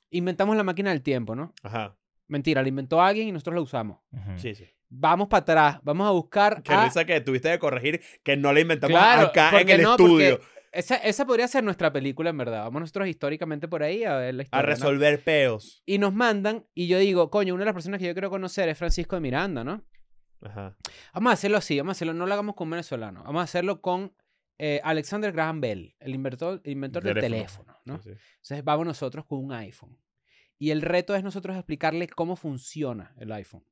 Speaker 3: Inventamos la máquina del tiempo, ¿no?
Speaker 2: Ajá.
Speaker 3: Mentira, la inventó alguien y nosotros la usamos.
Speaker 1: Ujú.
Speaker 2: Sí, sí.
Speaker 3: Vamos para atrás, vamos a buscar
Speaker 2: Qué
Speaker 3: a-
Speaker 2: risa que tuviste de corregir que no la inventamos
Speaker 3: Ah. Claro,
Speaker 2: acá en
Speaker 3: porque
Speaker 2: el
Speaker 3: no, porque
Speaker 2: estudio
Speaker 3: Esa, esa podría ser nuestra película, en verdad. Vamos nosotros históricamente por ahí a ver la
Speaker 2: a
Speaker 3: historia. ¿no?
Speaker 2: resolver peos.
Speaker 3: Y nos mandan, y yo digo, coño, una de las personas que yo quiero conocer es Francisco de Miranda, ¿no?
Speaker 2: Ajá.
Speaker 3: Vamos a hacerlo así, vamos a hacerlo, no lo hagamos con venezolano, vamos a hacerlo con eh, Alexander Graham Bell, el inventor, el inventor del
Speaker 1: Teléfono.
Speaker 3: teléfono, ¿no?
Speaker 2: Sí, sí.
Speaker 3: Entonces vamos nosotros con un iPhone. Y el reto es nosotros explicarle cómo funciona el iPhone.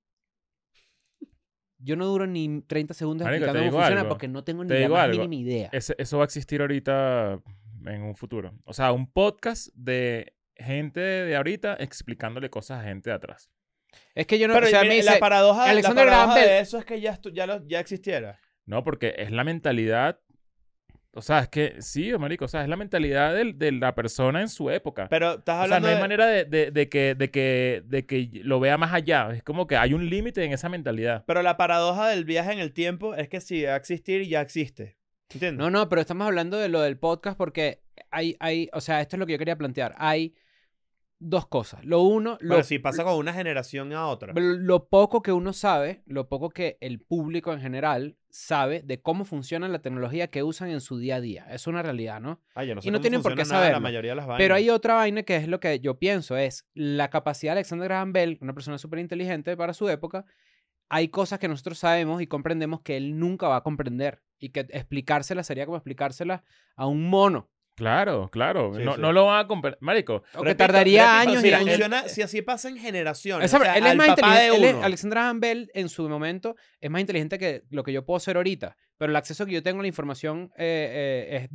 Speaker 3: Yo no duro ni 30 segundos
Speaker 1: Marico, te
Speaker 3: explicando cómo
Speaker 1: digo
Speaker 3: funciona
Speaker 1: algo.
Speaker 3: porque no tengo ni
Speaker 1: Te
Speaker 3: la
Speaker 1: digo
Speaker 3: más
Speaker 1: algo. Eh,
Speaker 3: mínima idea.
Speaker 1: Ese- eso va a existir ahorita en un futuro. O sea, un podcast de gente de ahorita explicándole cosas a gente de atrás.
Speaker 3: Es que yo no,
Speaker 2: Pero
Speaker 3: o sea,
Speaker 2: mira,
Speaker 3: me
Speaker 2: la
Speaker 3: dice,
Speaker 2: paradoja, la
Speaker 3: Alexander Graham
Speaker 2: paradoja de
Speaker 3: Bell.
Speaker 2: eso es que ya, estu- ya, lo- ya existiera.
Speaker 1: No, porque es la mentalidad. O sea, es que sí, marico. O sea, es la mentalidad del- de la persona en su época.
Speaker 2: Pero estás
Speaker 1: o sea,
Speaker 2: hablando
Speaker 1: no hay
Speaker 2: de-
Speaker 1: manera de, de- de que, de, que, de que lo vea más allá. Es como que hay un límite en esa mentalidad.
Speaker 2: Pero la paradoja del viaje en el tiempo es que si va a existir, ya existe. ¿Entiendes?
Speaker 3: No, no, pero estamos hablando de lo del podcast porque hay, hay, o sea, esto es lo que yo quería plantear. Hay dos cosas. Lo uno, lo,
Speaker 2: Pero si pasa con una generación a otra.
Speaker 3: lo- lo poco que uno sabe, lo poco que el público en general sabe de cómo funciona la tecnología que usan en su día a día. Es una realidad, ¿no?
Speaker 2: Ah, yo no sé
Speaker 3: y no
Speaker 2: cómo
Speaker 3: tienen por qué
Speaker 2: funciona nada la
Speaker 3: saberlo.
Speaker 2: mayoría de las vainas.
Speaker 3: Pero hay otra vaina que es lo que yo pienso, es la capacidad de Alexander Graham Bell, una persona súper inteligente para su época, hay cosas que nosotros sabemos y comprendemos que él nunca va a comprender y que explicárselas sería como explicárselas a un mono.
Speaker 1: Claro, claro.
Speaker 2: Sí,
Speaker 1: no,
Speaker 2: sí.
Speaker 1: no lo van a comprar. Marico,
Speaker 3: O que
Speaker 2: Repito,
Speaker 3: tardaría
Speaker 2: repito,
Speaker 3: años
Speaker 2: si
Speaker 3: y años.
Speaker 2: funciona, si así pasa en generaciones.
Speaker 3: Esa-
Speaker 2: o sea,
Speaker 3: él es
Speaker 2: al
Speaker 3: más
Speaker 2: papá de
Speaker 3: inteligente. él es-
Speaker 2: uno.
Speaker 3: Alexander Graham Bell en su momento es más inteligente que lo que yo puedo ser ahorita. Pero el acceso que yo tengo a la información eh, eh, es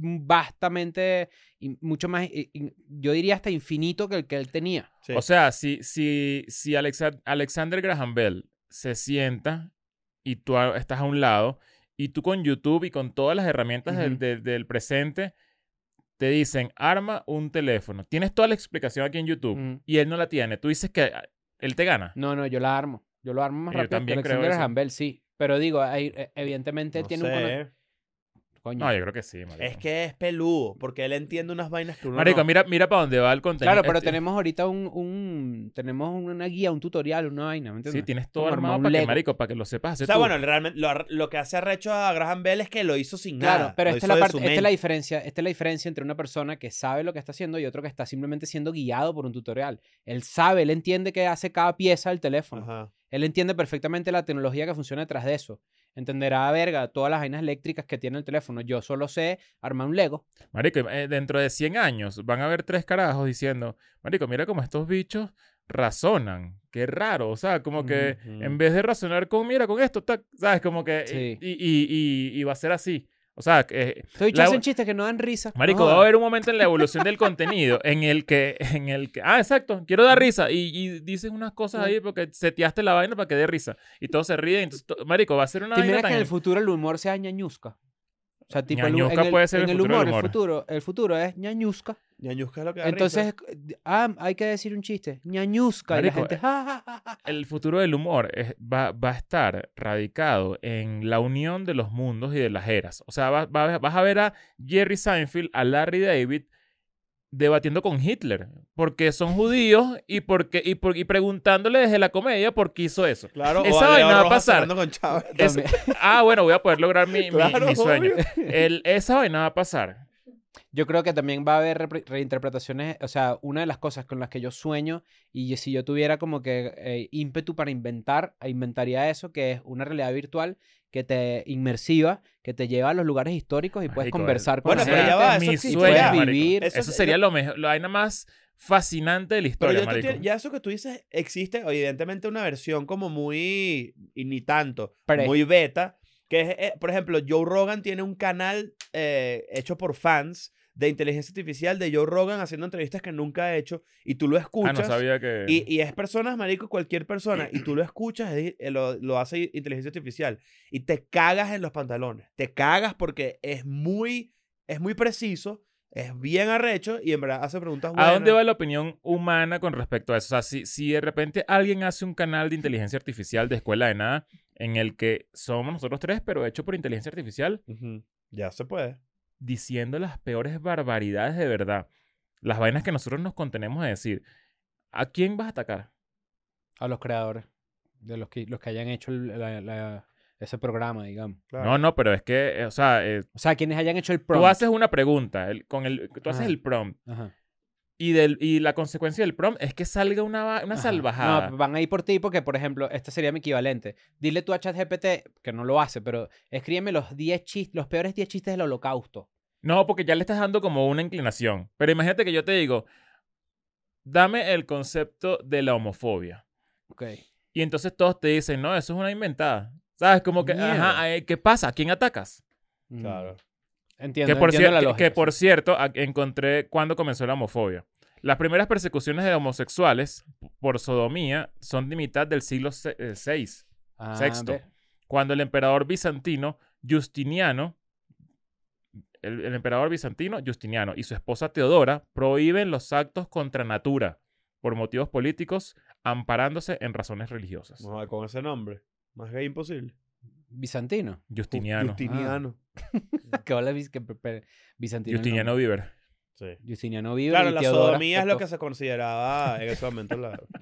Speaker 3: vastamente, y mucho más, y- y- yo diría hasta infinito que el que él tenía.
Speaker 2: Sí.
Speaker 1: O sea, si, si, si Alexa- Alexander Graham Bell se sienta y tú a- estás a un lado y tú con YouTube y con todas las herramientas del,
Speaker 3: Ujú.
Speaker 1: del- del presente te dicen, arma un teléfono. Tienes toda la explicación aquí en YouTube
Speaker 3: Mm.
Speaker 1: y él no la tiene. Tú dices que ah, él te gana.
Speaker 3: No, no, yo la armo. Yo lo armo más
Speaker 1: Yo
Speaker 3: rápido. que
Speaker 1: también creo
Speaker 3: Alexander
Speaker 1: eso.
Speaker 3: Graham Bell, sí. Pero digo, ahí, eh, evidentemente él
Speaker 2: No
Speaker 3: tiene un...
Speaker 2: sé,
Speaker 3: cono-
Speaker 2: ¿eh?
Speaker 3: Coño.
Speaker 1: No, yo creo que sí, marico.
Speaker 2: Es que es peludo, porque él entiende unas vainas que uno
Speaker 1: Marico,
Speaker 2: no.
Speaker 1: mira, mira para dónde va el contenido.
Speaker 3: Claro, pero
Speaker 1: Este-
Speaker 3: tenemos ahorita un, un- Tenemos una guía, un tutorial, una vaina, ¿me
Speaker 1: Sí,
Speaker 3: entiendes?
Speaker 1: tienes todo
Speaker 3: Como armar
Speaker 1: armado
Speaker 3: un
Speaker 1: para que,
Speaker 3: Lego.
Speaker 1: marico, para que lo sepas hacer
Speaker 2: O sea,
Speaker 1: tú.
Speaker 2: bueno, realmente lo, lo que hace arrecho a Graham Bell es que lo hizo sin
Speaker 3: Claro,
Speaker 2: nada.
Speaker 3: pero
Speaker 2: lo
Speaker 3: esta
Speaker 2: hizo
Speaker 3: es, la
Speaker 2: de
Speaker 3: parte-
Speaker 2: su
Speaker 3: esta es la
Speaker 2: mente.
Speaker 3: diferencia, esta es la diferencia entre una persona que sabe lo que está haciendo y otro que está simplemente siendo guiado por un tutorial. Él sabe, él entiende qué hace cada pieza del teléfono.
Speaker 2: Ajá.
Speaker 3: Él entiende perfectamente la tecnología que funciona detrás de eso. Entenderá, verga, todas las vainas eléctricas que tiene el teléfono. Yo solo sé armar un Lego.
Speaker 1: Marico, eh, dentro de 100 años van a haber tres carajos diciendo, Marico, mira cómo estos bichos razonan. Qué raro, o sea, como que
Speaker 2: Ujú.
Speaker 1: en vez de razonar con, mira, con esto, tac", ¿sabes? Como que... y-
Speaker 3: Sí.
Speaker 1: Y, y- y- y va a ser así. O sea, que... La-
Speaker 3: Estoy dicho hacen chistes que no dan risa. no
Speaker 1: Marico, va a
Speaker 3: jodas.
Speaker 1: haber un momento en la evolución del contenido en el que, en el que, ah, exacto, quiero dar risa y, y dices unas cosas ahí porque seteaste la vaina para que dé risa y todos se ríen. Entonces, to- marico, va a ser una
Speaker 3: ¿Te
Speaker 1: vaina
Speaker 3: imaginas
Speaker 1: tan
Speaker 3: que en el futuro el humor sea ñañusca? O sea, tipo, el-
Speaker 1: Ñañusca
Speaker 3: en el,
Speaker 1: puede ser el
Speaker 3: en el
Speaker 1: futuro
Speaker 3: humor,
Speaker 1: del humor.
Speaker 3: El, futuro, el futuro es ñañusca.
Speaker 2: Ñañuzca es lo que da
Speaker 3: Entonces,
Speaker 2: risa.
Speaker 3: eh, ah, hay que decir un chiste. ñañusca.
Speaker 1: Marico,
Speaker 3: y la gente, "Ja, ja, ja, ja".
Speaker 1: el futuro del humor es- va, va a estar radicado en la unión de los mundos y de las eras. O sea, va- va- vas a ver a Jerry Seinfeld, a Larry David debatiendo con Hitler, porque son judíos y, porque, y, por- y preguntándole desde la comedia por qué hizo eso.
Speaker 2: Claro, o
Speaker 1: esa
Speaker 2: a
Speaker 1: vaina
Speaker 2: Leo
Speaker 1: va a
Speaker 2: Rojas
Speaker 1: pasar.
Speaker 2: cenando con Chávez.
Speaker 1: Es-
Speaker 3: También.
Speaker 1: ah, bueno, voy a poder lograr mi, mi-
Speaker 2: Claro,
Speaker 1: mi sueño.
Speaker 2: obvio.
Speaker 1: El- esa vaina va a pasar.
Speaker 3: Yo creo que también va a haber repre- reinterpretaciones, o sea, una de las cosas con las que yo sueño y yo- si yo tuviera como que eh, ímpetu para inventar, eh, inventaría eso, que es una realidad virtual que te inmersiva, que te lleva a los lugares históricos y puedes eh,
Speaker 1: Marico,
Speaker 3: conversar con
Speaker 2: Bueno,
Speaker 3: la
Speaker 1: ese
Speaker 2: pero
Speaker 1: es
Speaker 2: ya
Speaker 3: gente.
Speaker 2: va, eso
Speaker 1: mi
Speaker 2: existe
Speaker 1: sueño,
Speaker 3: ya.
Speaker 1: marico.
Speaker 3: Vivir-
Speaker 1: Eso,
Speaker 2: Eso-
Speaker 1: sería lo mejor, la vaina más fascinante de la
Speaker 2: Pero
Speaker 1: historia,
Speaker 2: ya, tú
Speaker 1: marico.
Speaker 2: tienes- ya eso que tú dices existe, evidentemente, una versión como muy. y ni tanto.
Speaker 3: Pre.
Speaker 2: Muy beta. Que es, eh, por ejemplo, Joe Rogan tiene un canal eh, hecho por fans de inteligencia artificial de Joe Rogan haciendo entrevistas que nunca ha hecho y tú lo
Speaker 1: Ah, no
Speaker 2: escuchas.
Speaker 1: sabía que...
Speaker 2: y, y es personas, marico, cualquier persona, y tú lo escuchas, es- eh, lo, lo hace inteligencia artificial, y te cagas en los pantalones, te cagas porque es muy, es muy preciso, es bien arrecho, y en verdad hace preguntas buenas.
Speaker 1: ¿A dónde va la opinión humana con respecto a eso? O sea, si, si de repente alguien hace un canal de inteligencia artificial de escuela de nada en el que somos nosotros tres, pero hecho por inteligencia artificial,
Speaker 2: Ujú, Ya se puede.
Speaker 1: diciendo las peores barbaridades de verdad, las vainas que nosotros nos contenemos de decir, ¿a quién vas a atacar?
Speaker 3: A los creadores, de los que, los que hayan hecho el- la- la- ese programa, digamos.
Speaker 1: No, no, pero es que, eh, o sea, eh,
Speaker 3: O sea, quienes hayan hecho el
Speaker 1: tú
Speaker 3: programa.
Speaker 1: haces una pregunta, el- con el, tú haces
Speaker 3: Ajá.
Speaker 1: el prompt. Y, del, y la consecuencia del prompt es que salga una, va- una
Speaker 3: Ajá.
Speaker 1: salvajada.
Speaker 3: No, van a ir por ti porque, por ejemplo, este sería mi equivalente. Dile tú a ChatGPT, que no lo hace, pero escríbeme los 10 chistes, los peores 10 chistes del holocausto.
Speaker 1: No, porque ya le estás dando como una inclinación. Pero imagínate que yo te digo, dame el concepto de la homofobia.
Speaker 3: Ok.
Speaker 1: Y entonces todos te dicen, no, eso es una inventada. ¿Sabes? Como que,
Speaker 3: Mierda.
Speaker 1: ajá, eh, ¿qué pasa? ¿A quién atacas?
Speaker 3: Mm.
Speaker 2: Claro.
Speaker 3: Entiendo,
Speaker 1: Que por,
Speaker 3: entiendo
Speaker 1: cier-
Speaker 3: la
Speaker 1: que-
Speaker 3: lógica.
Speaker 1: que por cierto, a- encontré cuando comenzó la homofobia. Las primeras persecuciones de homosexuales por sodomía son de mitad del siglo eh, VI.
Speaker 3: Ah,
Speaker 1: sexto.
Speaker 3: ve.
Speaker 1: cuando el emperador bizantino Justiniano, el, el emperador bizantino Justiniano y su esposa Teodora prohíben los actos contra natura por motivos políticos, amparándose en razones religiosas.
Speaker 2: No, con ese nombre. Más gay imposible.
Speaker 3: Bizantino.
Speaker 1: Justiniano. Ah.
Speaker 2: Justiniano.
Speaker 3: que habla bis- que pe- pe- bizantino. el
Speaker 1: Justiniano
Speaker 3: nombre.
Speaker 1: Bieber.
Speaker 2: Sí.
Speaker 3: Justiniano vive.
Speaker 2: Claro,
Speaker 3: y
Speaker 2: la
Speaker 3: Teodora
Speaker 2: sodomía es lo que
Speaker 3: Pecos.
Speaker 2: se consideraba en ese momento la...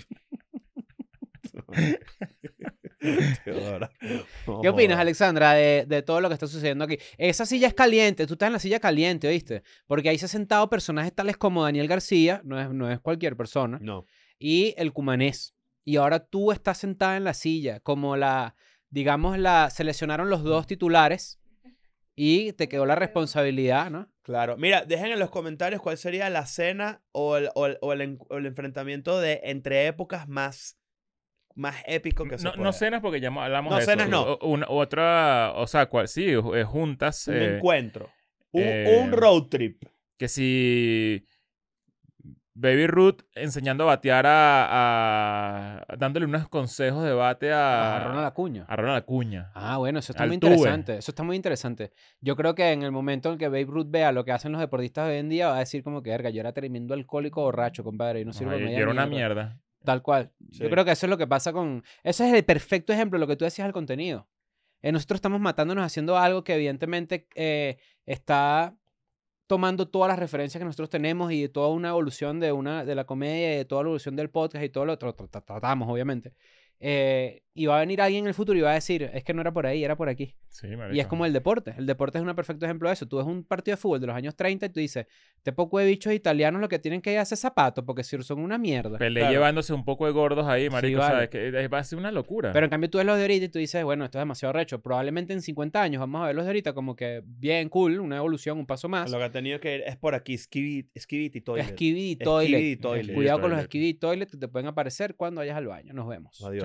Speaker 2: Teodora. No
Speaker 3: ¿Qué opinas,
Speaker 2: jodas.
Speaker 3: Alexandra, de, de todo lo que está sucediendo aquí? Esa silla es caliente, tú estás en la silla caliente, ¿oíste? Porque ahí se han sentado personajes tales como Daniel García, no es, no es cualquier persona,
Speaker 2: No.
Speaker 3: y el cumanés. Y ahora tú estás sentada en la silla, como la, digamos, la seleccionaron los dos titulares y te quedó la responsabilidad, ¿no?
Speaker 2: Claro. Mira, dejen en los comentarios cuál sería la cena o el, o el- o el en- o el enfrentamiento de entre épocas más, más épico que se
Speaker 1: No,
Speaker 2: pueda.
Speaker 1: no cenas porque ya hablamos
Speaker 2: No,
Speaker 1: de eso.
Speaker 2: cenas no.
Speaker 1: O- una- otra, o sea, cual, sí, eh, juntas.
Speaker 2: Un
Speaker 1: eh,
Speaker 2: encuentro. Un,
Speaker 1: eh,
Speaker 2: un road trip.
Speaker 1: que si Baby Ruth enseñando a batear a, a- dándole unos consejos de bate
Speaker 2: Ah,
Speaker 1: a,
Speaker 3: Agarraron a la cuña.
Speaker 1: a Ronald Acuña.
Speaker 3: Ah, bueno, eso está
Speaker 1: Al
Speaker 3: muy
Speaker 1: tuve.
Speaker 3: interesante. Eso está muy interesante. Yo creo que en el momento en que Babe Ruth vea lo que hacen los deportistas hoy en día, va a decir como que, verga, yo era tremendo alcohólico borracho, compadre, y no sirvo
Speaker 1: Ajá,
Speaker 3: de
Speaker 1: yo-
Speaker 3: media
Speaker 1: yo era una
Speaker 3: mierda".
Speaker 1: mierda.
Speaker 3: Tal cual.
Speaker 2: Sí.
Speaker 3: Yo creo que eso es lo que pasa con... Eso es el perfecto ejemplo de lo que tú decías al contenido. Eh, nosotros estamos matándonos haciendo algo que evidentemente eh, está tomando todas las referencias que nosotros tenemos y de toda una evolución de, una, de la comedia y de toda la evolución del podcast y todo lo otro. Tratamos, obviamente. eh, y va a venir alguien en el futuro y va a decir, es que no era por ahí, era por aquí.
Speaker 1: Sí,
Speaker 3: Y es
Speaker 1: marico.
Speaker 3: como el deporte. El deporte es un perfecto ejemplo de eso. Tú ves un partido de fútbol de los años 30 y tú dices, este poco de bichos italianos lo que tienen que hacer es zapatos porque si son una mierda.
Speaker 1: Pelé
Speaker 2: Claro.
Speaker 1: llevándose un poco de gordos ahí, marico.
Speaker 3: vale.
Speaker 1: ¿sabes? Que eh, va a ser una locura.
Speaker 3: Pero en cambio tú ves los de ahorita y tú dices, bueno, esto es demasiado recho. Probablemente en 50 años vamos a ver los de ahorita como que bien cool, una evolución, un paso más.
Speaker 2: Lo que ha tenido que ir es por aquí, Skibidi Toilet.
Speaker 3: Esquividi
Speaker 2: Skibidi
Speaker 3: toilet.
Speaker 2: Toilet.
Speaker 1: Skibidi
Speaker 3: Cuidado con los
Speaker 1: toilet.
Speaker 3: esquividi toilet que te pueden aparecer cuando vayas al baño. Nos vemos.
Speaker 2: Adiós.